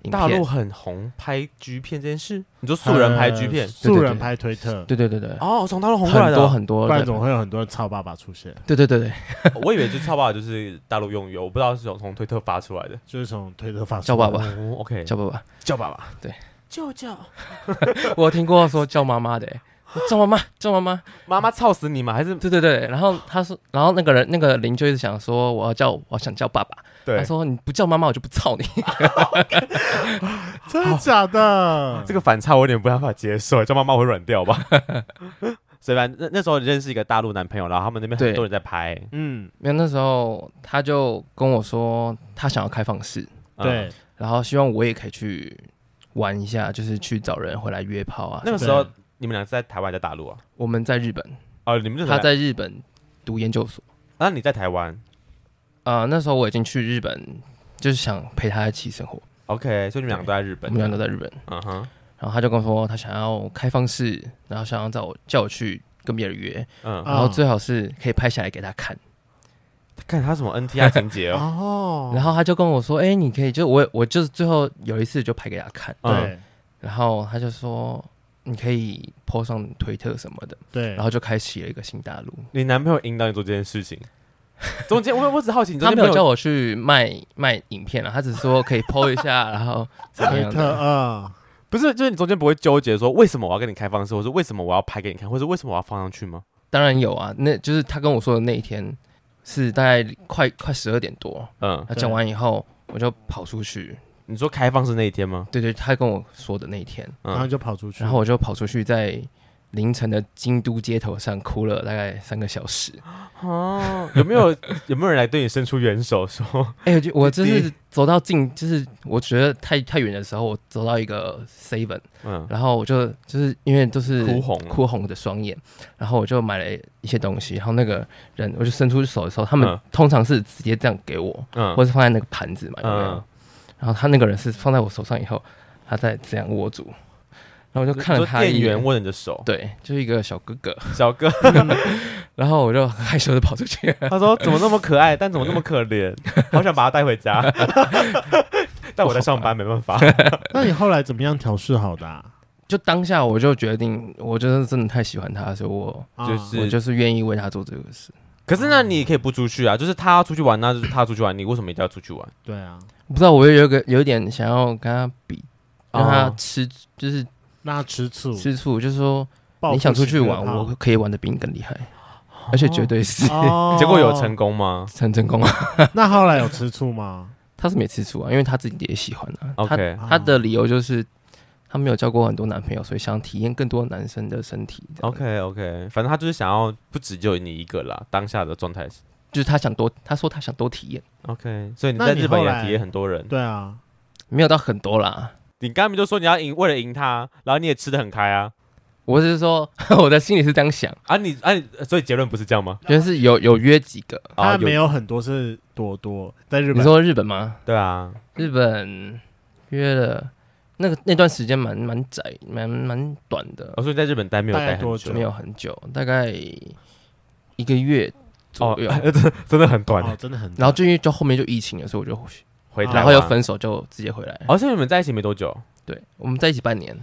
C: 影
B: 大陆
C: 片，
B: 很红拍 G 片这件事，你说素人拍 G 片
A: 呃？素
C: 对对
A: 人
C: 对
A: 拍推特，
C: 对对对对，
B: 哦，从大陆红过来
C: 很
B: 的
C: 多
B: 哦，
C: 很多
A: 不
C: 人
A: 然怎么会有很多人操爸爸出现？
C: 对对对对，
B: 我以为就超爸就是大陆用语，我不知道是从从推特发出来的。
A: 就是从推特发出
C: 叫爸爸，
B: 哦，OK，
C: 叫 爸爸，
B: 叫爸爸，
C: 对，
B: 舅舅，
C: 我有听过说叫妈妈的、欸，叫妈妈，叫妈妈。
B: 妈妈操死你吗？还是
C: 对对对，然后他说，然后那个人那个林就一直想说，我要叫，我想叫爸爸。他
B: 对
C: 说你不叫妈妈，我就不操你。
A: 真的假的？
B: 这个反差我有点不太法接受，叫妈妈我会软掉 吧。所以吧，那那时候认识一个大陆男朋友，然后他们那边很
C: 对
B: 多人在拍，
A: 嗯，
C: 没有，那时候他就跟我说，他想要开放式，
B: 嗯，
A: 对，
C: 然后希望我也可以去玩一下，就是去找人回来约炮啊。
B: 那个时候你们俩是在台湾，在大陆啊？
C: 我们在日本，
B: 哦，你们就
C: 他，在日本读研究所
B: 那你在台湾
C: 啊、那时候我已经去日本，就是想陪他一起生活，
B: ，OK，所以你们两个都在日
C: 我
B: 本，
C: 们俩都在日本。
B: 嗯哼，
C: 然后他就跟我说，他想要开放式，然后想要找我叫我去跟别人约，
B: 嗯，
A: 啊
C: 然后最好是可以拍下来给他看。
B: 看他什么 NTR 情节 哦，
A: 哦，
C: 然后他就跟我说，哎、你可以就我我就是最后有一次就拍给他看，
B: 嗯，
A: 对
C: 然后他就说你可以 po 上推特什么的，
A: 对，
C: 然后就开启了一个新大陆。
B: 你男朋友引导你做这件事 情，中间我我只好奇，你中
C: 他
B: 间
C: 没有
B: 有
C: 叫我去卖卖影片啊，他只说可以 PO 一 下，然后怎么
A: 推
C: 样
A: 特
C: 的。
A: 啊，
B: 不是，就是你中间不会纠结说为什么我要跟你开放式，或者为什么我要拍给你看，或者为什么我要放上去吗？
C: 当然有啊，那就是他跟我说的那一天是大概快快十二点多，
B: 嗯，
C: 他
A: 对
C: 讲完以后我就跑出去，
B: 你说开放式那一天吗？
C: 对对，他跟我说的那一天，
A: 然后
B: 嗯，
A: 就跑出去，
C: 然后我就跑出去在凌晨的京都街头上哭了大概三个小时。
B: 哦，有没有有没有人来对你伸出援手说，
C: 哎、我就我就
B: 弟
C: 是走到近，就是我觉得太太远的时候，我走到一个 seven，
B: 嗯，
C: 然后我就就是因为都是
B: 哭红了
C: 哭红的双眼，然后我就买了一些东西，然后那个人我就伸出手的时候，他们
B: 嗯
C: 通常是直接这样给我，
B: 嗯
C: 或是放在那个盘子嘛，有没有？
B: 嗯
C: 然后他那个人是放在我手上以后，他再这样握住，然后我就看了
B: 你说
C: 他一
B: 店员
C: 眼，
B: 握着你的手，
C: 对，就是一个小哥哥，
B: 小哥，
C: 然后我就很害羞的跑出去，
B: 他说怎么那么可爱，但怎么那么可怜，好想把他带回家， 但我在上班没办法。
A: 那你后来怎么样调试好的啊？
C: 就当下我就决定，我就是真的太喜欢他，所以我
A: 啊
B: 就是
C: 我就是愿意为他做这个事。
B: 可是那你也可以不出去啊，就是他要出去玩，那就是他出去玩，你为什么一定要出去玩？
A: 对啊，
C: 不知道我有一个有一点想要跟他比，让他
B: 哦
C: 吃、就是
A: 那他吃醋，
C: 吃醋，就是说
A: 报
C: 你
A: 复
C: 想出
A: 性
C: 去
A: 约
C: 玩，
A: 炮
C: 我可以玩的比你更厉害，而且绝对是
A: 哦
B: 结果有成功吗
C: 很成功啊。
A: 那后来有吃醋吗？
C: 他是没吃醋啊，因为他自己也喜欢啊。他
B: ？OK
C: 他的理由就是他没有交过很多男朋友，所以想体验更多男生的身体。这样
B: OK OK，反正他就是想要不只就你一个啦，当下的状态是
C: 就是他想多，他说他想多体验，
B: OK，所以你
A: 那
B: 在
A: 你
B: 日本
A: 后
B: 也
A: 来
B: 体验很多人。
A: 对啊，
C: 没有到很多啦。
B: 你刚刚就说你要赢，为了赢他，然后你也吃的很开啊
C: 我只是说 我的心里是这样想，
B: 啊你啊你，所以结论不是这样吗？
C: 就是有有约几个。
B: 啊
A: 他没有很多是多多在日
C: 你
A: 本，
C: 说日本吗？
B: 对啊，
C: 日本约了，那个那段时间蛮蛮窄，蛮蛮短的
B: 哦我，说你在日本待没有
A: 大概
B: 待很
A: 多
B: 久
A: 久，
C: 没有很久，大概一个月
B: 哦
C: 左右。，
B: 真的很短
A: 哦，，真的很，
C: 然后就因为就后面就疫情了，所以我
B: 哦
C: 就
B: 回
A: 啊
B: 台
C: 然后又
B: 湾。
C: 分手，就直接回来。
B: 而且你们在一起没多久
C: 对，我们在一起半年，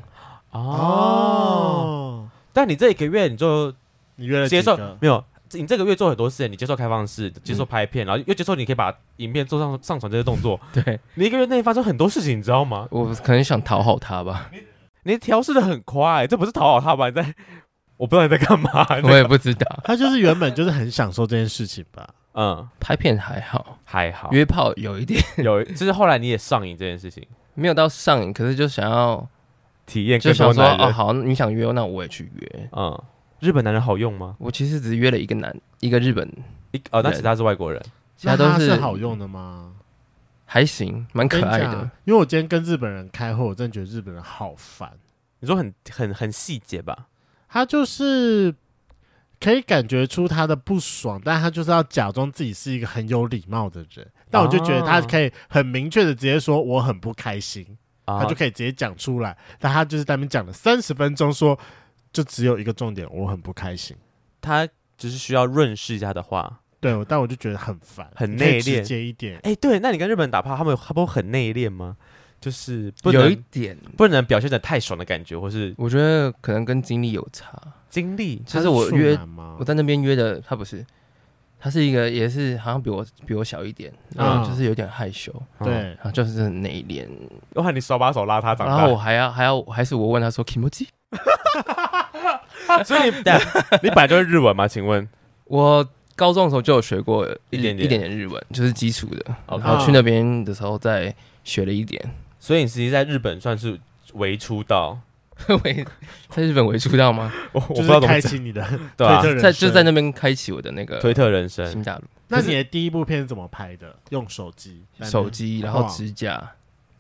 B: 哦，，但你这一个月你就
A: 你约了
B: 接
A: 几
B: 受
A: 个？
B: 没有？你这个月做很多事，你接受开放式，接受拍片，然后又接受你可以把影片做上上传这些动作。
C: 嗯 对
B: 你一个月内发生很多事情，你知道吗？
C: 我可能想讨好他 吧，
B: 你调试的很快、这不是讨好他吧？你在，我不知道你在干嘛。
C: 我也不知道。
A: 他就是原本就是很享受这件事情 吧，
B: 嗯，
C: 拍片还好，
B: 还好，
C: 约炮有一点
B: 有，就是后来你也上瘾这件事情，
C: 没有到上瘾，可是就想要
B: 体验
C: 就
B: 更
C: 想
B: 多
C: 说
B: 男
C: 哦，
B: 人。
C: 好，你想约，那我也去约。
B: 嗯，日本男人好用吗？
C: 我其实只约了一个男，一个日本，
B: 一哦，那
C: 对
B: 其他是外国人。
C: 其他
A: 那
C: 都
A: 他
C: 是
A: 是好用的吗？
C: 还行，蛮可爱
A: 真
C: 的
A: 假。因为我今天跟日本人开会，我真的觉得日本人好烦，
B: 你说很很很细节吧？
A: 他就是可以感觉出他的不爽，但他就是要假装自己是一个很有礼貌的人。但我就觉得他可以很明确的直接说我很不开心，
B: 啊
A: 他就可以直接讲出来。但他就是在那边讲了三十分钟说。就只有一个重点，我很不开心。
B: 他只是需要润饰一下的话。
A: 对，我但我就觉得很烦，
B: 很
A: 你可以
B: 内敛
A: 直接一点。
B: 哎、对，那你跟日本人打炮，他们他们会很内敛吗？就是不
C: 有一
B: 能
C: 点，
B: 不能表现的太爽的感觉，或是
C: 我觉得可能跟经历有差。
B: 经历
C: 其实我约
A: 他是处男吗
C: 我在那边约的，他不是，他是一个也是好像比我比我小一点，
B: 嗯
C: 然后就是有点害羞，
A: 对
C: 然后就是很内敛。
B: 我哦喊你手把手拉他长
C: 然后我
B: 大，
C: 还要还要还是我问他说 “kimoji”，
B: 所以你等下 你本来就是日文吗？请问
C: 我高中的时候就有学过日
B: 一点点哦嗯
C: 一点点日文，就是基础的。
B: OK
C: 然后去那边的时候再学了一点，
B: 所以你实际在日本算是为出道，
C: 为在日本为出道吗？
B: 我我不
A: 就
B: 知道
A: 是
B: 怎么
A: 开
B: 讲，
A: 启你的
B: 对吧、
A: 推特人
C: 在
A: 生
C: 就在那边开启我的那个
B: 推特人生
C: 新大陆，
A: 那你的第一部片是怎么拍的？用手机？
C: 手机，然后
A: 哇
C: 指甲，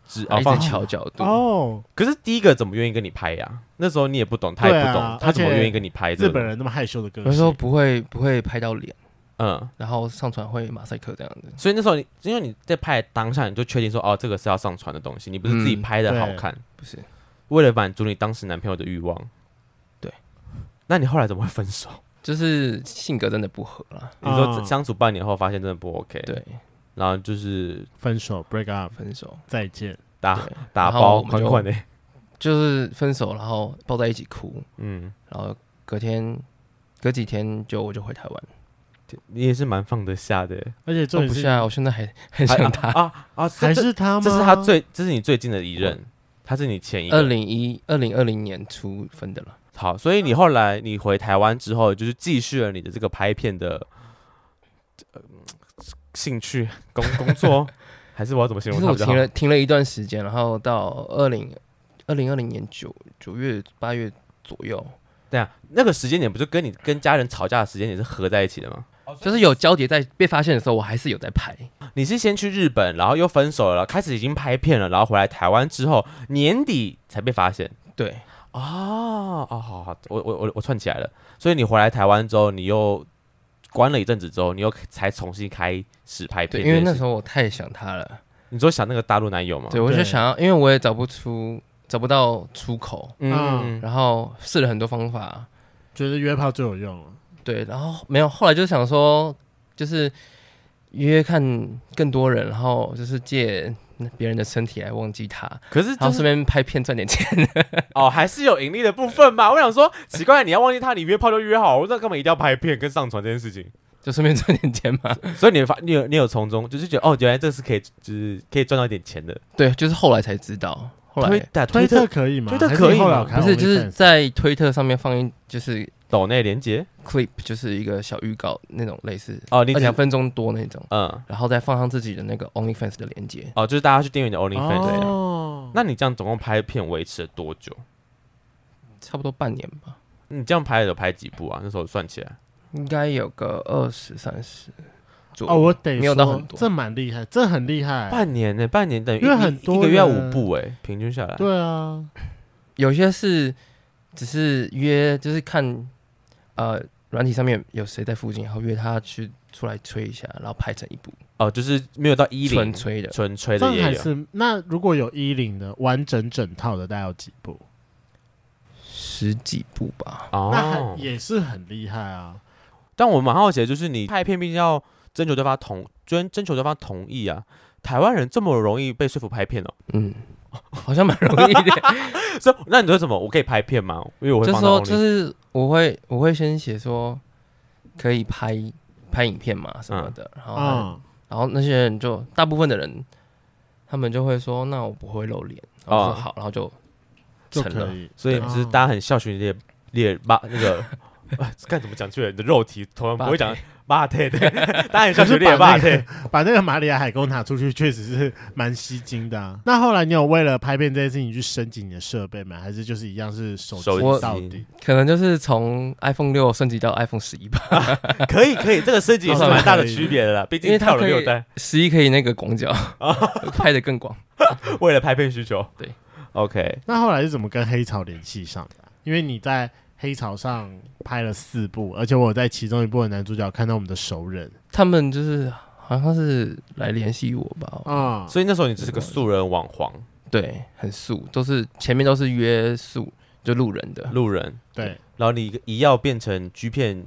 B: 置啊
C: 然后
B: 放
C: 放
B: 弃。
C: 调角度，
A: 哦，
B: 可是第一个怎么愿意跟你拍呀？那时候你也不懂，他也
A: 对啊
B: 不懂，他怎么
A: 而且
B: 愿意跟你拍？
A: 日本，人那么害羞的歌
C: 有时候
A: 性，
C: 不会不会拍到脸，
B: 嗯，
C: 然后上传会马赛克这样子。
B: 所以那时候你因为你在拍的当下，你就确定说哦，这个是要上传的东西，你不是自己
C: 嗯
B: 拍的好
A: 对
B: 看，
C: 不是，
B: 为了满足你当时男朋友的欲望。
C: 对，
B: 那你后来怎么会分手？
C: 就是性格真的不合了，
B: 你说
A: 嗯
B: 相处半年后发现真的不 OK，，
C: 啊对，
B: 然后就是
A: 分手 break up
C: 分手
A: 再见，
B: 打
C: 对
B: 打
C: 然后
B: 包
C: 我们
B: 款
C: 就
B: 款的，
C: 就是分手，然后抱在一起哭，
B: 嗯，
C: 然后隔天隔几天就我就回台湾，
B: 你也是蛮放得下的，
A: 而且重
C: 放
A: 点
B: 哦
C: 不
A: 是
C: 下，我现在还很
B: 啊
C: 想他。
B: 啊啊啊！这
A: 还是他吗？
B: 这是他最这是你最近的一任，他是你前一
C: 二
B: 个。
C: 零一二零二零年初分的了，
B: 好，所以你后来你回台湾之后，就是继续了你的这个拍片的、呃兴趣工工作，还是我要怎么形容
C: 其实
B: 它
C: 我
B: 比较
C: 停
B: 好？
C: 了停了一段时间，然后到二零二零二零年九九月八月左右，
B: 对啊，那个时间点不就跟你跟家人吵架的时间点是合在一起的吗？
C: 就是有交叠在被发现的时候，我还是有在拍。
B: 你是先去日本，然后又分手了，开始已经拍片了，然后回来台湾之后，年底才被发现。
C: 对，
B: 哦哦，好好，我我我我串起来了。所以你回来台湾之后，你又关了一阵子之后，你又才重新开始拍
C: 对，
B: 片。
C: 因为那时候我太想他了，
B: 你说想那个大陆男友吗？
C: 对我就
A: 对
C: 想要，因为我也找不出找不到出口，
B: 嗯，嗯，嗯
C: 然后试了很多方法，
A: 觉得约炮最有用了，
C: 对，然后没有，后来就想说，就是约约看更多人，然后就是借别人的身体来忘记他，
B: 可是
C: 然
B: 就
C: 后顺
B: 是
C: 便拍片赚点钱。
B: 哦，还是有盈利的部分嘛。我想说，奇怪，你要忘记他，你约炮就约好，那干嘛一定要拍片跟上传这件事情？
C: 就顺便赚点钱嘛，
B: 所以你发，你有你有从中就是觉得哦，原来这是可以，就是可以赚到一点钱的。
C: 对，就是后来才知道，后
B: 哦推啊
C: 来
B: 打
A: 推
B: 推
A: 特
B: 特
A: 可以吗？
B: 推特
A: 还是
B: 可以
A: 后来
B: 吗
A: 我看
C: 不是
A: OnlyFans
C: 就是在推特上面放一就是
B: 抖内连接
C: clip，就是一个小预告那种类似
B: 哦，你
C: 二
B: 只
C: 两分钟多那种，
B: 嗯
C: 然后再放上自己的那个 OnlyFans 的链接，
B: 哦，就是大家去订阅你的 OnlyFans 这样。
A: 哦，
B: 那你这样总共拍片维持了多久？嗯
C: 差不多半年吧，
B: 你这样拍有拍几部啊？那时候算起来，
C: 应该有个二十三十左右。
A: 哦，我得
C: 没有到
A: 说
C: 很多
A: 这蛮厉害，这很厉害。
B: 半年呢、半年等于
A: 因为
B: 一
A: 很多
B: 一个月要五
A: 人
B: 部哎、平均下来。
A: 对啊，
C: 有些是只是约，就是看呃软体上面有谁在附近，然后约他去出来吹一下，然后拍成一部
B: 哦，就是没有到一
C: 纯
B: 零
C: 吹的，
B: 纯吹
A: 这
B: 的
A: 样
B: 也
A: 还
B: 有。
A: 是那如果有衣领的完整整套的，大概有几部？
C: 十几部吧。
A: 那还
B: 哦，
A: 也是很厉害啊。
B: 但我蛮好奇的就是，你拍片毕竟要征求对方同征征求对方同意啊。台湾人这么容易被说服拍片哦，
C: 嗯，好像蛮容易的。
B: 所以那你说什么？我可以拍片吗？因为我会
C: 就
B: 放到
C: 说
B: Only-
C: 就是我会我会先写说可以拍拍影片嘛什么的，然
B: 哦
C: 后他
A: 嗯，
C: 然后那些人就大部分的人他们就会说那我不会露脸，然后
B: 哦
C: 我说好，然后就
A: 就
C: 成了
A: 可。以。
B: 所以
A: 对
B: 就是大家很孝顺列列巴那个，啊干怎么讲去了？你的肉体同样不会讲巴特对， 大家很孝顺列巴特。
A: 把那个马里亚海沟拿出去，确实是蛮吸睛的、啊。那后来你有为了拍片这件事情去升级你的设备吗？还是就是一样是手
B: 手
C: 机
A: 机到底？
C: 可能就是从 iPhone 六升级到 iPhone 十一吧，
B: 可以可以，这个升级也是蛮大的区别的啦，毕
C: 因
B: 竟
C: 为它
B: 跳了
C: 可以
B: 六代，
C: 十一可以那个广角
B: 啊
C: 拍的更广。
B: 为了拍片需求。
C: 对
B: ，OK，
A: 那后来是怎么跟黑潮联系上的啊？因为你在黑潮上拍了四部，而且我有在其中一部的男主角看到我们的熟人
C: 他们就是好像是来联系我吧，
A: 啊，
B: 所以那时候你只是个素人网黄
C: 对，很素，都是前面都是约素，就路人的，
B: 路人，
A: 对，
B: 然后你一个一要变成 G 片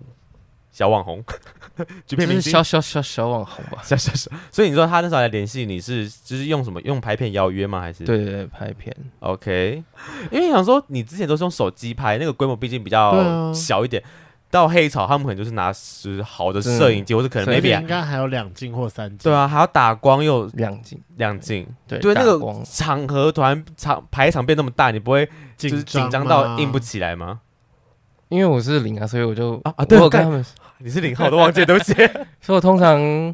B: 小网红 ，G
C: 就
B: 片明
C: 是
B: 星。
C: 小小小小网红吧。
B: 小小小，所以你说他那时候来联系你是就是用什么用拍片邀约吗？还是
C: 对对对，拍片，
B: OK，因为想说你之前都是用手机拍，那个规模毕竟比较
A: 对啊
B: 小一点。到黑潮，他们可能就是拿就是好的摄影机，或者可能
C: 所以
B: maybe
A: 应
B: 啊
A: 该还有两镜或三镜。
B: 对，啊，还要打光又有
C: 亮镜，
B: 两镜，
C: 对
B: 对那
C: 打
B: 个
C: 光
B: 场合突然场排场变那么大，你不会就
A: 紧
B: 是紧张
A: 吗
B: 到硬不。起来吗？
C: 因为我是零啊，所以我就
B: 啊啊对
C: 我有跟
B: 干
C: 他们，
B: 你是零号，我都忘记了，对不起。
C: 所以我通常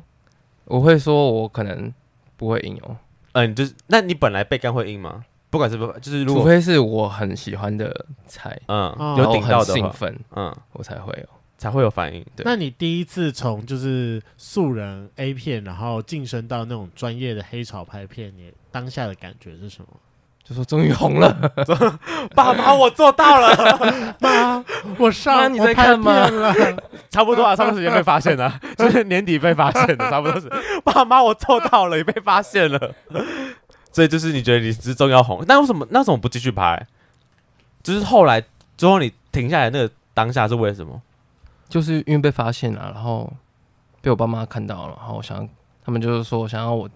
C: 我会说我可能不会赢哦，
B: 嗯，就是那你本来被干会硬吗？不管是不就是如
C: 除
B: 果
C: 非是我很喜欢的菜，
B: 嗯
A: 哦
B: 有
C: 然后
B: 顶到
C: 很
B: 的
C: 兴
B: 话，
C: 奋，
B: 嗯
C: 我才会哦。
B: 才会有反应。
C: 对
A: 那你第一次从就是素人 A 片，然后晋升到那种专业的黑潮拍片，你当下的感觉是什么？
C: 就说终于红 了，
B: 爸妈，我做到了，
A: 妈，我
C: 妈
A: 上
C: 你
A: 我
C: 在
A: 拍片
C: 看吗
A: 了，
B: 差不多啊，上段时间被发现 了，就是年底被发现的，差不多是。 爸妈，我做到了，也被发现了。所以就是你觉得你之中要红，那为什么那怎么不继续拍？就是后来之后你停下来那个当下是为了什么？
C: 就是因为被发现了、啊然后被我爸妈看到了，然后我想他们就是说想要我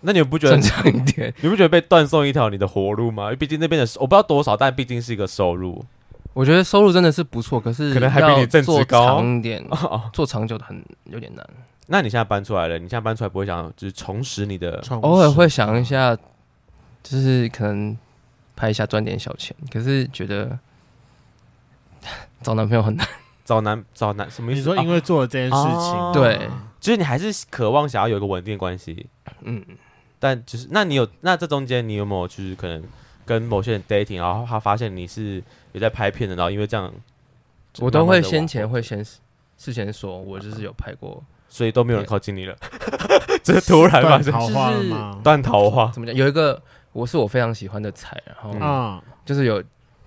B: 那你不觉得
C: 正常一点，
B: 你不觉得被断送一条你的活路吗？因为毕竟那边的我不知道多少，但毕竟是一个收入。
C: 我觉得收入真的是不错，可是
B: 可能还比你
C: 要
B: 正职
C: 做
B: 高
C: 长一点，
B: 哦，
C: 做长久的很有点难。
B: 那你现在搬出来了，你现在搬出来不会想就是重拾你的？
A: 重
C: 偶尔
A: 拾
C: 会想一下，就是可能拍一下赚点小钱，可是觉得找男朋友很难。
B: 找男找男什么意思？
A: 你说因
B: 为、
A: 为做了这件事
B: 哦
A: 情，
C: 对，
B: 就是你还是渴望想要有一个稳定的关系，
C: 嗯，
B: 但就是那你有那这中间你有没有就是可能跟某些人 dating，然后他发现你是有在拍片的，然后因为这样
C: 我都会
B: 慢慢地
C: 先
B: 往
C: 前会先事先说，我就是有拍过，
B: 所以都没有人靠近你了， 这是突然发
A: 断
B: 生
A: 桃花了
C: 就是
A: 吗？
B: 断桃花，
C: 怎么讲？有一个我是我非常喜欢的菜，然后
B: 嗯
A: 啊，
C: 就是有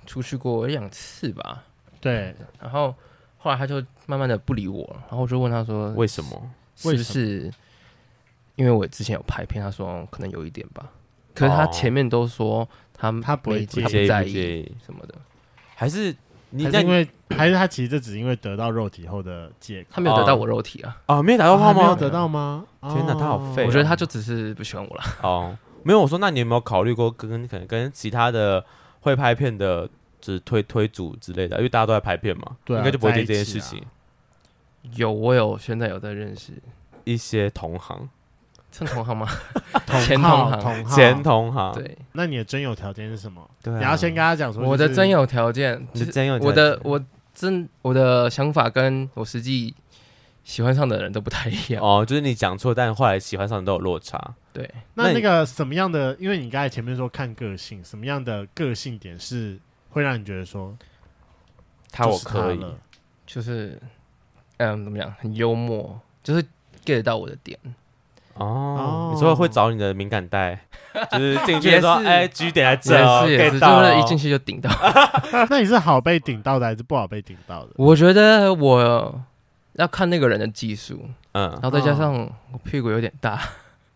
C: 出去过两次吧，
A: 对，
C: 然后后来他就慢慢的不理我，然后我就问他说，
B: 为什么？
C: 是不是因为我之前有拍片？他说可能有一点吧，可是他
B: 哦
C: 前面都说他
A: 他不会
C: 没
A: 介意
C: 他
B: 不
C: 不
B: 介意
C: 在
B: 不
C: 意
B: 介意？
C: 什么的，
B: 还是你
A: 还
B: 那
A: 是
B: 你
A: 因为还是他其实这只是因为得到肉体后的借口，
C: 他没有得到
B: 哦
C: 我肉体啊，
B: 啊，没有打
A: 哦
B: 到炮
A: 还没有
B: 吗？
A: 得到吗？
B: 天哪他好
A: 哦
B: 废对啊
C: 我觉得他就只是不喜欢我啦。
B: 哦，没有，我说那你有没有考虑过跟可能跟其他的会拍片的，就是推推组之类的，因为大家都在拍片嘛，
A: 对啊
B: 应该就不会对这件
A: 在一起
B: 事
A: 啊
B: 情。
C: 有，我有现在有在 认识，
B: 一些同行、
C: 算同行吗？
A: 同
C: 前
A: 号
C: 同行
A: 同号
B: 前同行，
C: 对，
A: 那你的真有条件是什么？
B: 对啊，
A: 你要先跟他讲说，
C: 我的真，有条件，
B: 你
C: 其
B: 是
C: 实
B: 真有
C: 我的
B: 条件
C: 我真我的想法跟我实际喜欢上的人都不太一样。
B: 哦，就是你讲错，但后来喜欢上的都有落差。
C: 对，
A: 那
B: 那
A: 那
B: 你
A: 个什么样的？因为你刚才前面说看个性，什么样的个性点是会让你觉得说
B: 他我
A: 就是他
B: 可以，
A: 了
C: 就是嗯，怎么讲，很幽默，就是 get 到我的点。
B: 哦
A: 哦，
B: 你说会找你的敏感带，就是进去的时候，
C: 也是
B: 哎，据点在
C: 也
B: 这哦
C: 是也是，
B: ，get
C: 就
B: 到
C: 是
B: 哦
C: 一进去就顶到。
A: 那你是好被顶到的还是不好被顶到的？
C: 我觉得我要看那个人的技术，
B: 嗯
C: 然，后再加上我屁股有点大，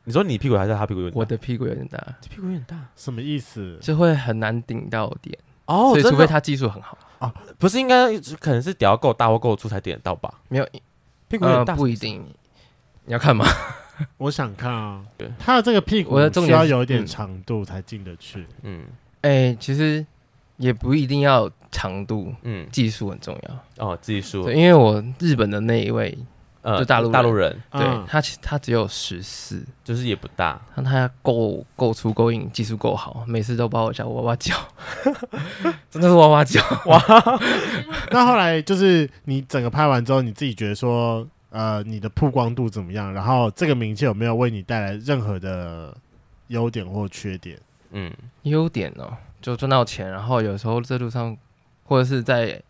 B: 你说你屁股还是他屁股有点大？
C: 我的屁股有点大，
B: 这屁股有点大
A: 什么意思？
C: 就会很难顶到点。
B: 哦，
C: 所以
B: 真
C: 除非
B: 的
C: 他技术很好，
B: 不是应该可能是屌要够大或够粗才点得到吧？
C: 没有
B: 屁股有
C: 呃
B: 点大，
C: 不一定。你要看吗？
A: 我想看啊
B: 对，
A: 他的这个屁股
C: 我的重
A: 需
C: 点
A: 要
C: 是
A: 有一点
C: 嗯
A: 长度才进得去。
B: 嗯
C: 哎，其实也不一定要长度，
B: 嗯，
C: 技术很重要。
B: 哦，技术
C: 对，，因为我日本的那一位，
B: 呃，
C: 就大陆
B: 大陆人，
C: 对
A: 嗯
C: 他其他只有十四，
B: 就是也不大，
C: 但他够够粗够硬，技术够好，每次都把我叫哇哇叫， 真的是哇哇叫。
A: 那后来就是你整个拍完之后，你自己觉得说，呃，你的曝光度怎么样？然后这个名气有没有为你带来任何的优点或缺点？
B: 嗯，
C: 优点哦，就赚到钱，然后有时候在路上或者是在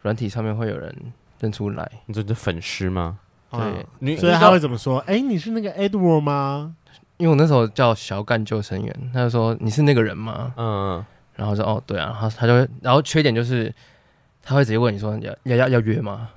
C: 软体上面会有人认出来，
B: 你说你是粉丝吗？
C: 对，
A: 嗯
B: 你
A: 所以
B: 你
A: 他
B: 知
A: 会
B: 道
A: 怎么说？哎、你是那个 Edward 吗？
C: 因为我那时候叫小干救生员，他就说你是那个人吗？
B: 嗯，
C: 然后我说哦对啊，然后他就会，然后缺点就是他会直接问你说要要要要约吗？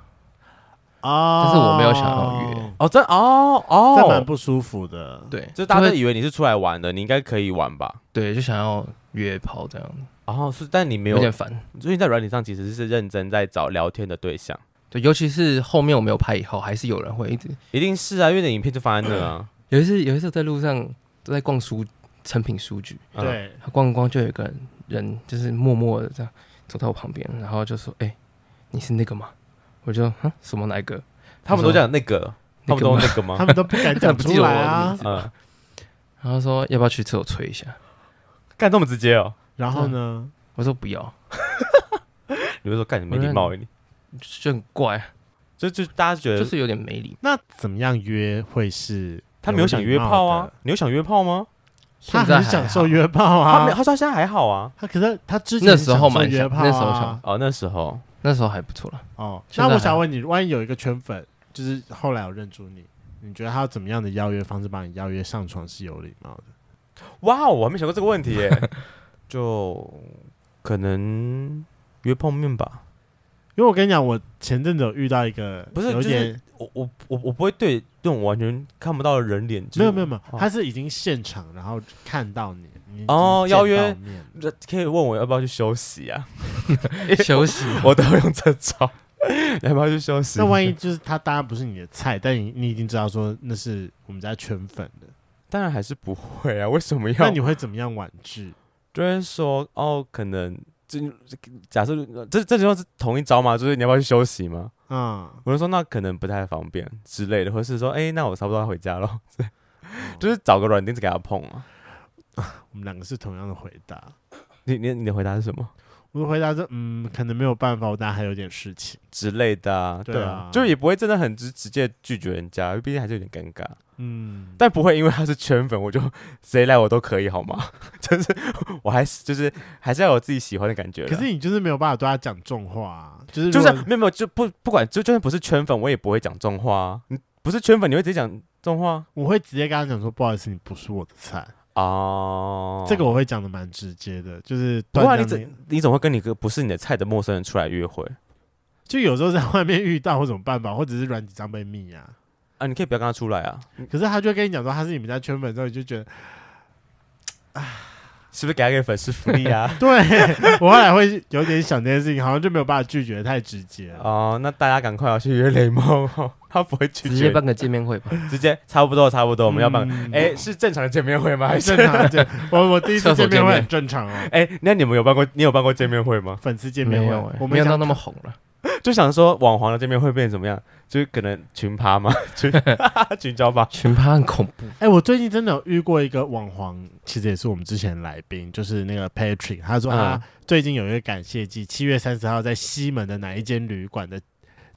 A: 哦，
C: 但是我没有想要约，
B: 哦，这哦
A: 这蛮
B: 哦，
A: 不舒服的。
C: 对，
B: 就大家都
C: 会
B: 以为你是出来玩的，你应该可以玩吧？
C: 对就想要约炮这样，
B: 然后是，但你没
C: 有
B: 有，
C: 点烦。
B: 所以你在软体上其实是认真在找聊天的对象，
C: 对，尤其是后面我没有拍以后，还是有人会一直。
B: 一定是啊，因为你的影片就放在那 啊，
C: 有一次，有一次我在路上都在逛书成品书局，
B: 嗯，
A: 对，
C: 逛逛就有一个人人就是默默的这样走到我旁边，然后就说：“哎、你是那个吗？”我就哼什么哪一个？
B: 他们都讲那个，他
C: 那
B: 们
C: 个
B: 都
A: 他
B: 那个
C: 吗
B: 吗？
A: 们都不敢讲
C: 不
A: 出
C: 记得
A: 来
C: 我的
A: 啊
C: 名。字
B: 嗯，
C: 然后说要不要去厕所吹一下？
B: 干这么直接哦？
A: 然后呢？
C: 我说不要，
B: 你会说干你没礼貌，你
C: 就很怪，啊
B: 就就大家觉
A: 呃
C: 就
B: 得
C: 是有点没礼。
A: 那怎么样约会是？
B: 他没有想约炮啊，，你有想约炮吗？
A: 他
C: 现在
A: 很
C: 还好
A: 享受约炮
B: 他
A: 啊
B: 没，。他说他现在还好啊。
A: 他可是他之前
C: 那时
A: 享受
C: 候蛮
A: 约
C: 想
A: 炮啊，
C: 那时候想
B: 哦，那时候
C: 那时候还不错了。
A: 哦，
C: 现
A: 那
C: 在
A: 我
C: 还
A: 想
C: 好
A: 问你，万一有一个圈粉，就是后来有认出你，你觉得他怎么样的邀约方式把你邀约上床是有礼貌的？
B: 哇哦，我还没想过这个问题 耶，就可能约碰面吧。
A: 因为我跟你讲，我前阵子有遇到一个，
B: 不是
A: 有
B: 就是
A: 点
B: 我我我我不会对这种完全看不到的人脸，就是
A: 没有没有没有，
B: 哦
A: 他是已经现场，然后看到你，你已经
B: 哦
A: 见
B: 邀约
A: 到面了
B: 这可以问我要不要去休息啊？
C: 休 息，
B: 我都会用这招， 要不要去休息？
A: 那万一就是他当然不是你的菜，但你你已经知道说那是我们家圈粉 的，
B: 当然还是不会啊，为什么
A: 那
B: 要？
A: 你会怎么样婉拒？
B: 就会说哦，可能就假设这这就是同一招嘛，就是你要不要去休息吗？
A: 嗯，
B: 我就说那可能不太方便之类的，或是说哎、那我差不多要回家了， 就是找个软钉子给他碰啊。
A: 我们两个是同样的回答。
B: 你你你的回答是什么
A: 我的回答是，嗯，可能没有办法，我大家还有点事情。
B: 之类的、啊？
A: 对啊
B: 就也不会真的很直直接拒绝人家，毕竟还是有点尴尬。
A: 嗯，
B: 但不会因为他是圈粉，我就 谁来我都可以好吗？ 就是我还是就是还是要有自己喜欢的感
C: 啊
B: 觉啦。
A: 可是你就是没有办法对他讲重话、啊，就是
B: 就
A: 如
B: 是
A: 果
B: 没有没有就不不管就就算不是圈粉，我也不会讲重话、啊。你不是圈粉，你会直接讲重话啊
A: 我会直接跟他讲说，不好意思，你不是我的菜。
B: 哦。
A: 这个我会讲的蛮直接的，就是
B: 不过、啊、
A: 断
B: 你
A: 章
B: 怎你怎么会跟你个不是你的菜的陌生人出来约会
A: 就有时候在外面遇到或怎么办吧，或者是软体上被密啊。
B: 啊？你可以不要跟他出来啊，
C: 嗯
A: 可是他就会跟你讲说他是你们家圈粉之后，你就觉得？
B: 是不是给他给粉丝福利啊
A: 对我后来会有点想这件事情，好像就没有办法拒绝得太直接了。
B: 哦，那大家赶快要去约雷梦哦， 他不会拒
C: 直接
B: 绝
C: 办
B: 你，
C: 个见面会吧。
B: 直接差不多差不多，我们要办个。
A: 嗯
B: 哎、是正常的见面会 吗？还
A: 很
B: 是
A: 正常，这啊我我第一次
C: 厕所
A: 见面
C: 见
A: 会
C: 面
A: 很正 常哦，
B: 哎、那你们有办过？你有办过见面会吗？
A: 粉丝见面
C: 没
A: 会
C: 有、欸，
A: 啊我
C: 没
A: 们
C: 有
A: 想
C: 到那么红了。
B: 就想说网黄的见面会变成怎么样？就是可能群趴嘛， 群群交吧。
C: 群趴很恐怖，
A: 哎、我最近真的有遇过一个网黄，其实也是我们之前的来宾，就是那个 Patrick，他说他
B: 嗯
A: 最近有一个感谢祭，七月三十号在西门的哪一间旅馆的，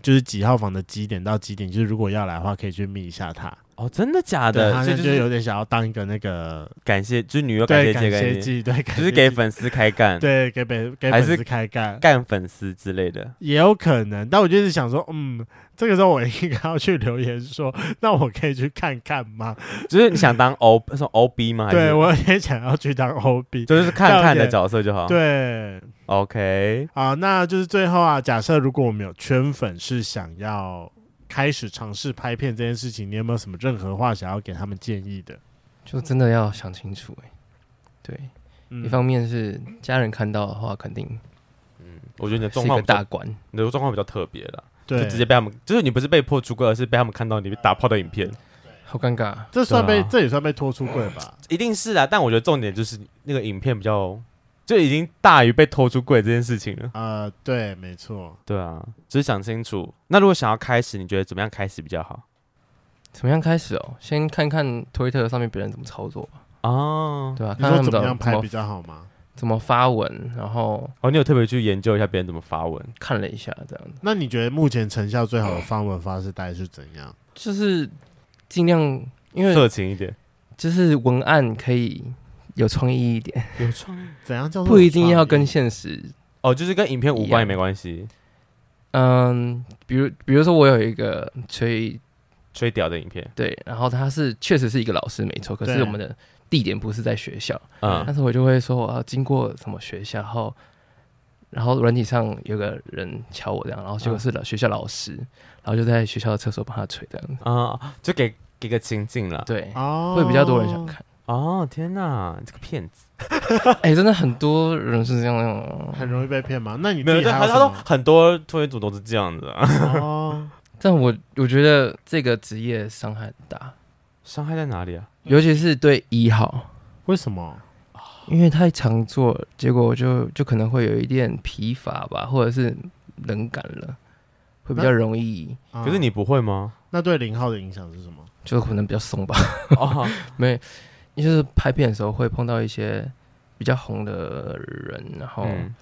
A: 就是几号房的几点到几点，就是如果要来的话，可以去密一下他。
B: 哦，真的假
A: 对，
B: 的？
A: 他
B: 所以
A: 现
B: 就
A: 在
B: 是
A: 就有点想要当一个那个
B: 感谢，就是女友感
A: 对
B: 谢
A: 感
B: 这
A: 谢
B: 个，
A: 祭，对，感
B: 就是
A: 谢
B: 给
A: 祭
B: 粉丝开干，
A: 对给粉给
B: 还
A: 粉
B: 是
A: 丝开干。
B: 干粉丝之类的。
A: 也有可能，但我就是想说，嗯，这个时候我应该要去留言说，那我可以去看看吗？
B: 就是你想当 O 是 O B 吗？还是
A: 对，我也想要去当 OB。
B: 就是看看
A: 了
B: 的
A: 解
B: 角色就好。
A: 对，
B: ，OK，
A: 啊，那就是最后啊，假设如果我们有圈粉是想要开始尝试拍片这件事情，你有没有什么任何话想要给他们建议的？
C: 就真的要想清楚哎、对，
A: 嗯
C: 一方面是家人看到的话，肯定
B: 我觉得你的
C: 是
B: 状
C: 一
B: 况
C: 个
B: 比较
C: 大关。
B: 你的状况比较特别了，就
A: 对，
B: 直接被他们，就是你不是被迫出柜，而是被他们看到你打炮的影片，
C: 好尴尬啊，
A: 这算被、
B: 对啊
A: 这也算被拖出柜吧？
B: 一定是啦。但我觉得重点就是那个影片比较，就已经大于被拖出柜这件事情了。
A: 呃，对，没错，
B: 对啊，只是想清楚。那如果想要开始，你觉得怎么样开始比较好？
C: 怎么样开始哦？先看看推特上面别人怎么操作吧，
B: 哦，
C: 对吧、啊
A: 你
C: 看他
A: 说
C: 们
A: 怎
C: 怎
A: 么样
C: 怎
A: 拍
C: 么
A: 比较好吗？
C: 怎么发文，然后
B: 哦，你有特别去研究一下别人怎么发文？
C: 看了一下，这样子
A: 那你觉得目前成效最好的方文方式大概是怎样？
C: 就是尽量，因为
B: 色情一点，
C: 就是文案可以有创意一点，
B: 有创意
A: 怎样叫做
C: 不一定
A: 有
C: 要
A: 创
C: 跟
A: 意
C: 现实
B: 哦，就是跟影片无
C: 一
B: 关也
C: 样
B: 没关系，
C: 嗯，比如比如说我有一个吹
B: 吹屌的影片，
C: 对，然后他是确实是一个老师没错，可是
A: 对
C: 我们的地点不是在学校，
B: 嗯
C: 但是我就会说我要经过什么学校，然后然后软体上有个人敲我这样，然后结果是老学校老师，然后就在学校的厕所帮他吹这样子，
B: 啊、就给给个情境了。
C: 对，
A: 哦，
C: 会比较多人想。看。
B: 哦，天哪，你这个骗子！
C: 哎，真的很多人是这样用，
A: 很容易被骗吗？那你自
B: 没有，
A: 己
B: 就
A: 还
B: 他
A: 有
B: 他
A: 什
B: 说
A: 么？
B: 很多拖延组都是这样子、啊，
A: 哦，
C: 但我我觉得这个职业伤害很大，
B: 伤害在哪里啊？
C: 尤其是对一号。
A: 为什么？
C: 因为太常做，结果我就就可能会有一点疲乏吧，或者是冷感了，会比较容易，
A: 啊
B: 可是你不会吗？
A: 那对零号的影响是什么？
C: 就可能比较松吧。
B: 哦，
C: 没，就是拍片的时候会碰到一些比较红的人，然后
B: 嗯，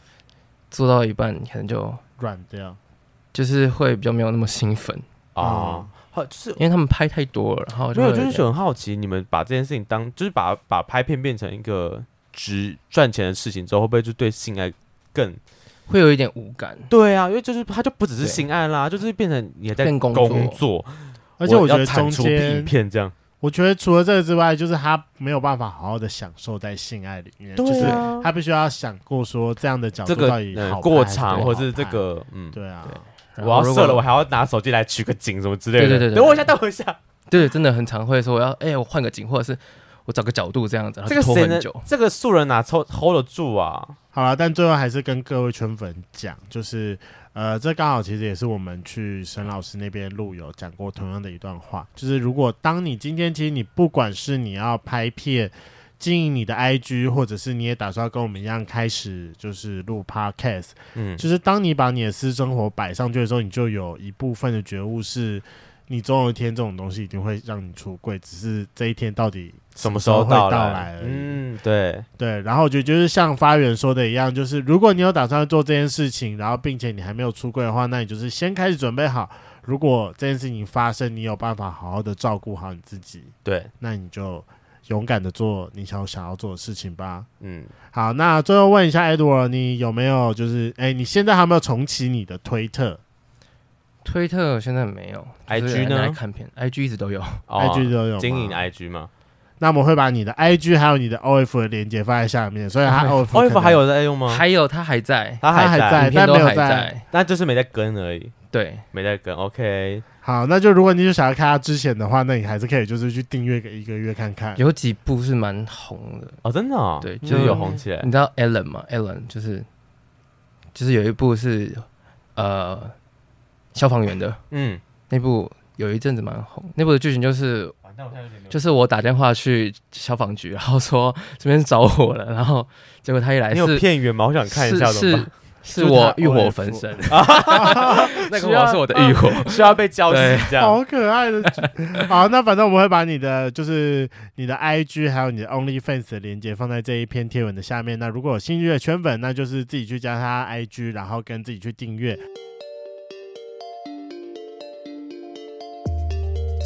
C: 做到一半可能就
A: 软掉
C: 就是会比较没有那么兴奋，
B: 哦，好，就是
C: 因为他们拍太多了，然后就
B: 没有，
C: 会
B: 就是很好奇，你们把这件事情当就是把把拍片变成一个值赚钱的事情之后，会不会就对性爱更
C: 会有一点无感。
B: 对啊，因为就是他就不只是
C: 对
B: 性爱啦，就是变成你也在
C: 变工作
B: 工作，
A: 而且我觉
B: 要
A: 得
B: 产
A: 中
B: 出影
A: 间，
B: 片这样，
A: 我觉得除了这个之外，就是他没有办法好好的享受在性爱里面，就是
B: 对啊，
A: 他必须要想过说这样的角
B: 这
A: 度
B: 个
A: 到底
B: 呃
A: 好
B: 过
A: 拍
B: 场
A: 对
B: 或
A: 好
B: 是这
A: 拍
B: 个嗯。
A: 对啊，
C: 然
B: 我
C: 后
B: 要
C: 如
B: 射了，
C: 果
B: 我还要拿手机来取个景什么之类的。
C: 对对对对
B: 等我一下，等我一下。
C: 对，真的很常会说我要，哎、我换个景，或者是我找个角度这样子，然后
B: 这
C: 就
B: 个
C: 拖
B: 谁
C: 很
B: 能
C: 久。？
B: 这个素人哪抽 hold 得住啊？
A: 好了，但最后还是跟各位圈粉讲，就是呃，这刚好其实也是我们去沈老师那边录有讲过同样的一段话，就是如果当你今天其实你不管是你要拍片。经营你的 IG，或者是你也打算跟我们一样开始就是录 Podcast，
B: 嗯，
A: 就是当你把你的私生活摆上去的时候，你就有一部分的觉悟是，你总有一天这种东西一定会让你出柜，只是这一天到底
B: 什么时候
A: 会到
B: 来
A: 来？而已
B: 嗯，对，
A: 对，然后我觉得就是像发源说的一样，就是如果你有打算做这件事情，然后并且你还没有出柜的话，那你就是先开始准备好。如果这件事情发生，你有办法好好的照顾好你自己，
B: 对，
A: 那你就勇敢的做你想想要做的事情吧。
B: 嗯，
A: 好，那最后问一下 Edward，你有没有就是哎，你现在还有没有重启你的推特、
C: 推特现在没有
B: IG 呢
C: 来看片，IG 一直都有。
B: 哦
A: IG 都有吗
B: 经营 IG 嘛
A: 那我们会把你的 IG 还有你的 OF 的连接放在下面，所以
B: 嗯
A: 它 OF 可
B: ，OF
A: 能
B: 哦还有在用吗？
C: 还有他还在，
B: 他
A: 它还
B: 在，
A: 在
C: 影片
A: 但
C: 都
A: 没有
C: 还
A: 在
C: 在。
B: 但就是没在跟而已，
C: 对，
B: 没在跟。OK，
A: 好，那就如果你就想要看它之前的话，那你还是可以就是去订阅个一个月看看。
C: 有几部是蛮红的。
B: 哦，真的哦，
C: 对
B: 就是有
A: 嗯
B: 红起来
C: 你知道 Ellen 吗？Ellen 就是就是有一部是呃消防员的
B: 嗯，
C: 那部，有一阵子蛮红。那部的剧情就是
B: 完蛋，我现在有点
C: 就是我打电话去消防局，然后说这边着火了，然后结果他一来
B: 你有
C: 是
B: 片源吗？我想看一下，怎
C: 是
B: 么
C: 是
B: 办
C: 是
A: 就是
C: 我
A: 他
C: 欲火
A: OF
C: 焚身，嗯那个我是我的
B: 呃
C: 欲火。
B: 需要被教习
C: 对
B: 这样？
A: 好可爱的 剧，好，那反正我们会把你的就是你的 IG 还有你的 OnlyFans 的连接放在这一篇贴文的下面。那如果有兴趣的圈粉，那就是自己去加他 IG，然后跟自己去订阅。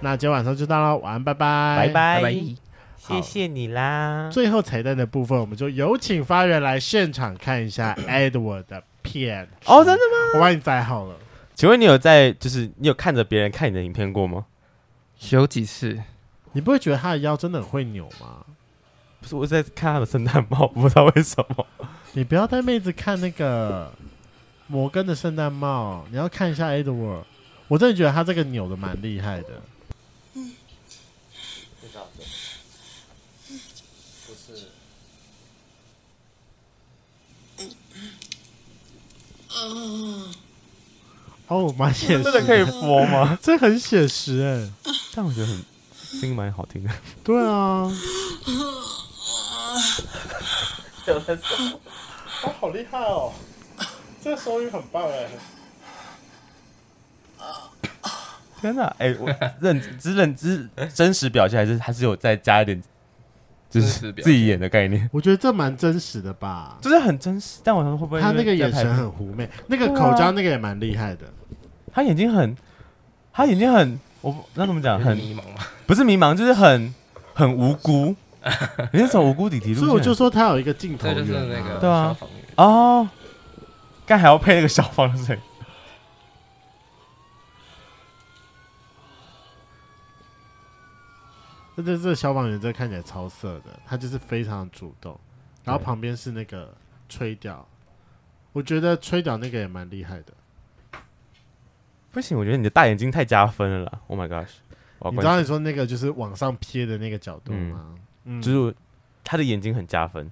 A: 那今天晚上就到了，晚安，拜拜，
B: 拜。拜，
C: 拜拜。
B: 谢谢你啦。
A: 最后彩蛋的部分，我们就有请发源来现场看一下 Edward 的片
B: 哦，真的吗？
A: 我帮你载好了。
B: 请问你有在就是你有看着别人看你的影片过吗？
C: 有几次
A: 你不会觉得他的腰真的很会扭吗？
B: 不是，我在看他的圣诞帽， 不知道为什么。
A: 你不要带妹子看那个摩根的圣诞帽，你要看一下 Edward。我真的觉得他这个扭的蛮厉害的。哦，蛮写
B: 真的可
A: 实，
B: 以播吗？
A: 这很写实哎、
B: 但我觉得很声音蛮好听的。
A: 对啊，他好厉害哦，这个手语很棒哎、
B: 天哪、哎、我认只认知真实表现，还是还是有再加一点，就
C: 真实
B: 是
C: 表现
B: 自己演的概念，
A: 我觉得这蛮真实的吧。
B: 就是很真实。但我想说会不会
A: 他
B: 因为
A: 那个眼
B: 在拍
A: 神
B: 片
A: 很狐媚，那个
B: 对啊
A: 口交那个也蛮厉害的。
B: 他眼睛很，他眼睛很，我不那怎么讲，
C: 很
B: 很
C: 迷茫吗？
B: 不是迷茫，就是很很无 辜，你是从无辜底底录进
A: 所
B: 来，
A: 以我就说他有一个镜头
C: 这
A: 缘、
C: 就是那个
B: 啊对啊
C: 消防员。
B: 哦，刚还要配那个小芳的声音，
A: 这这这消防员真的看起来超色的，他就是非常主动，然后
B: 对
A: 旁边是那个吹屌，我觉得吹屌那个也蛮厉害的。
B: 不行，我觉得你的大眼睛太加分了啦，Oh my gosh，我要
A: 你知道
B: 关
A: 你说那个就是往上瞥的那个角度吗？嗯，
B: 注，就是他的眼睛很加分，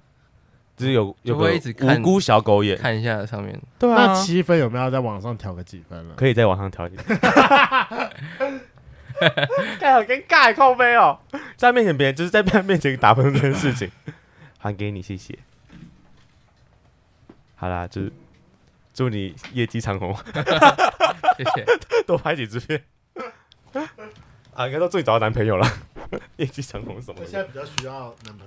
B: 就是有有
C: 就会
B: 个
C: 一直看
B: 无辜小狗眼，
C: 看一下上面，
B: 对
A: 那
B: 啊，
A: 七分有没有再往上调个几分了？
B: 可以再往上调 一点。盖好尴尬，靠背哦，在面前别人就是在别人面前打分这件 事情，还给你，谢谢。好啦，就是祝你业绩长虹，
C: 谢谢。
B: 多拍几支片。 啊，应该说最早的男朋友了，业绩长虹什么
A: 我
B: 的
A: 现。在比较需要男朋友。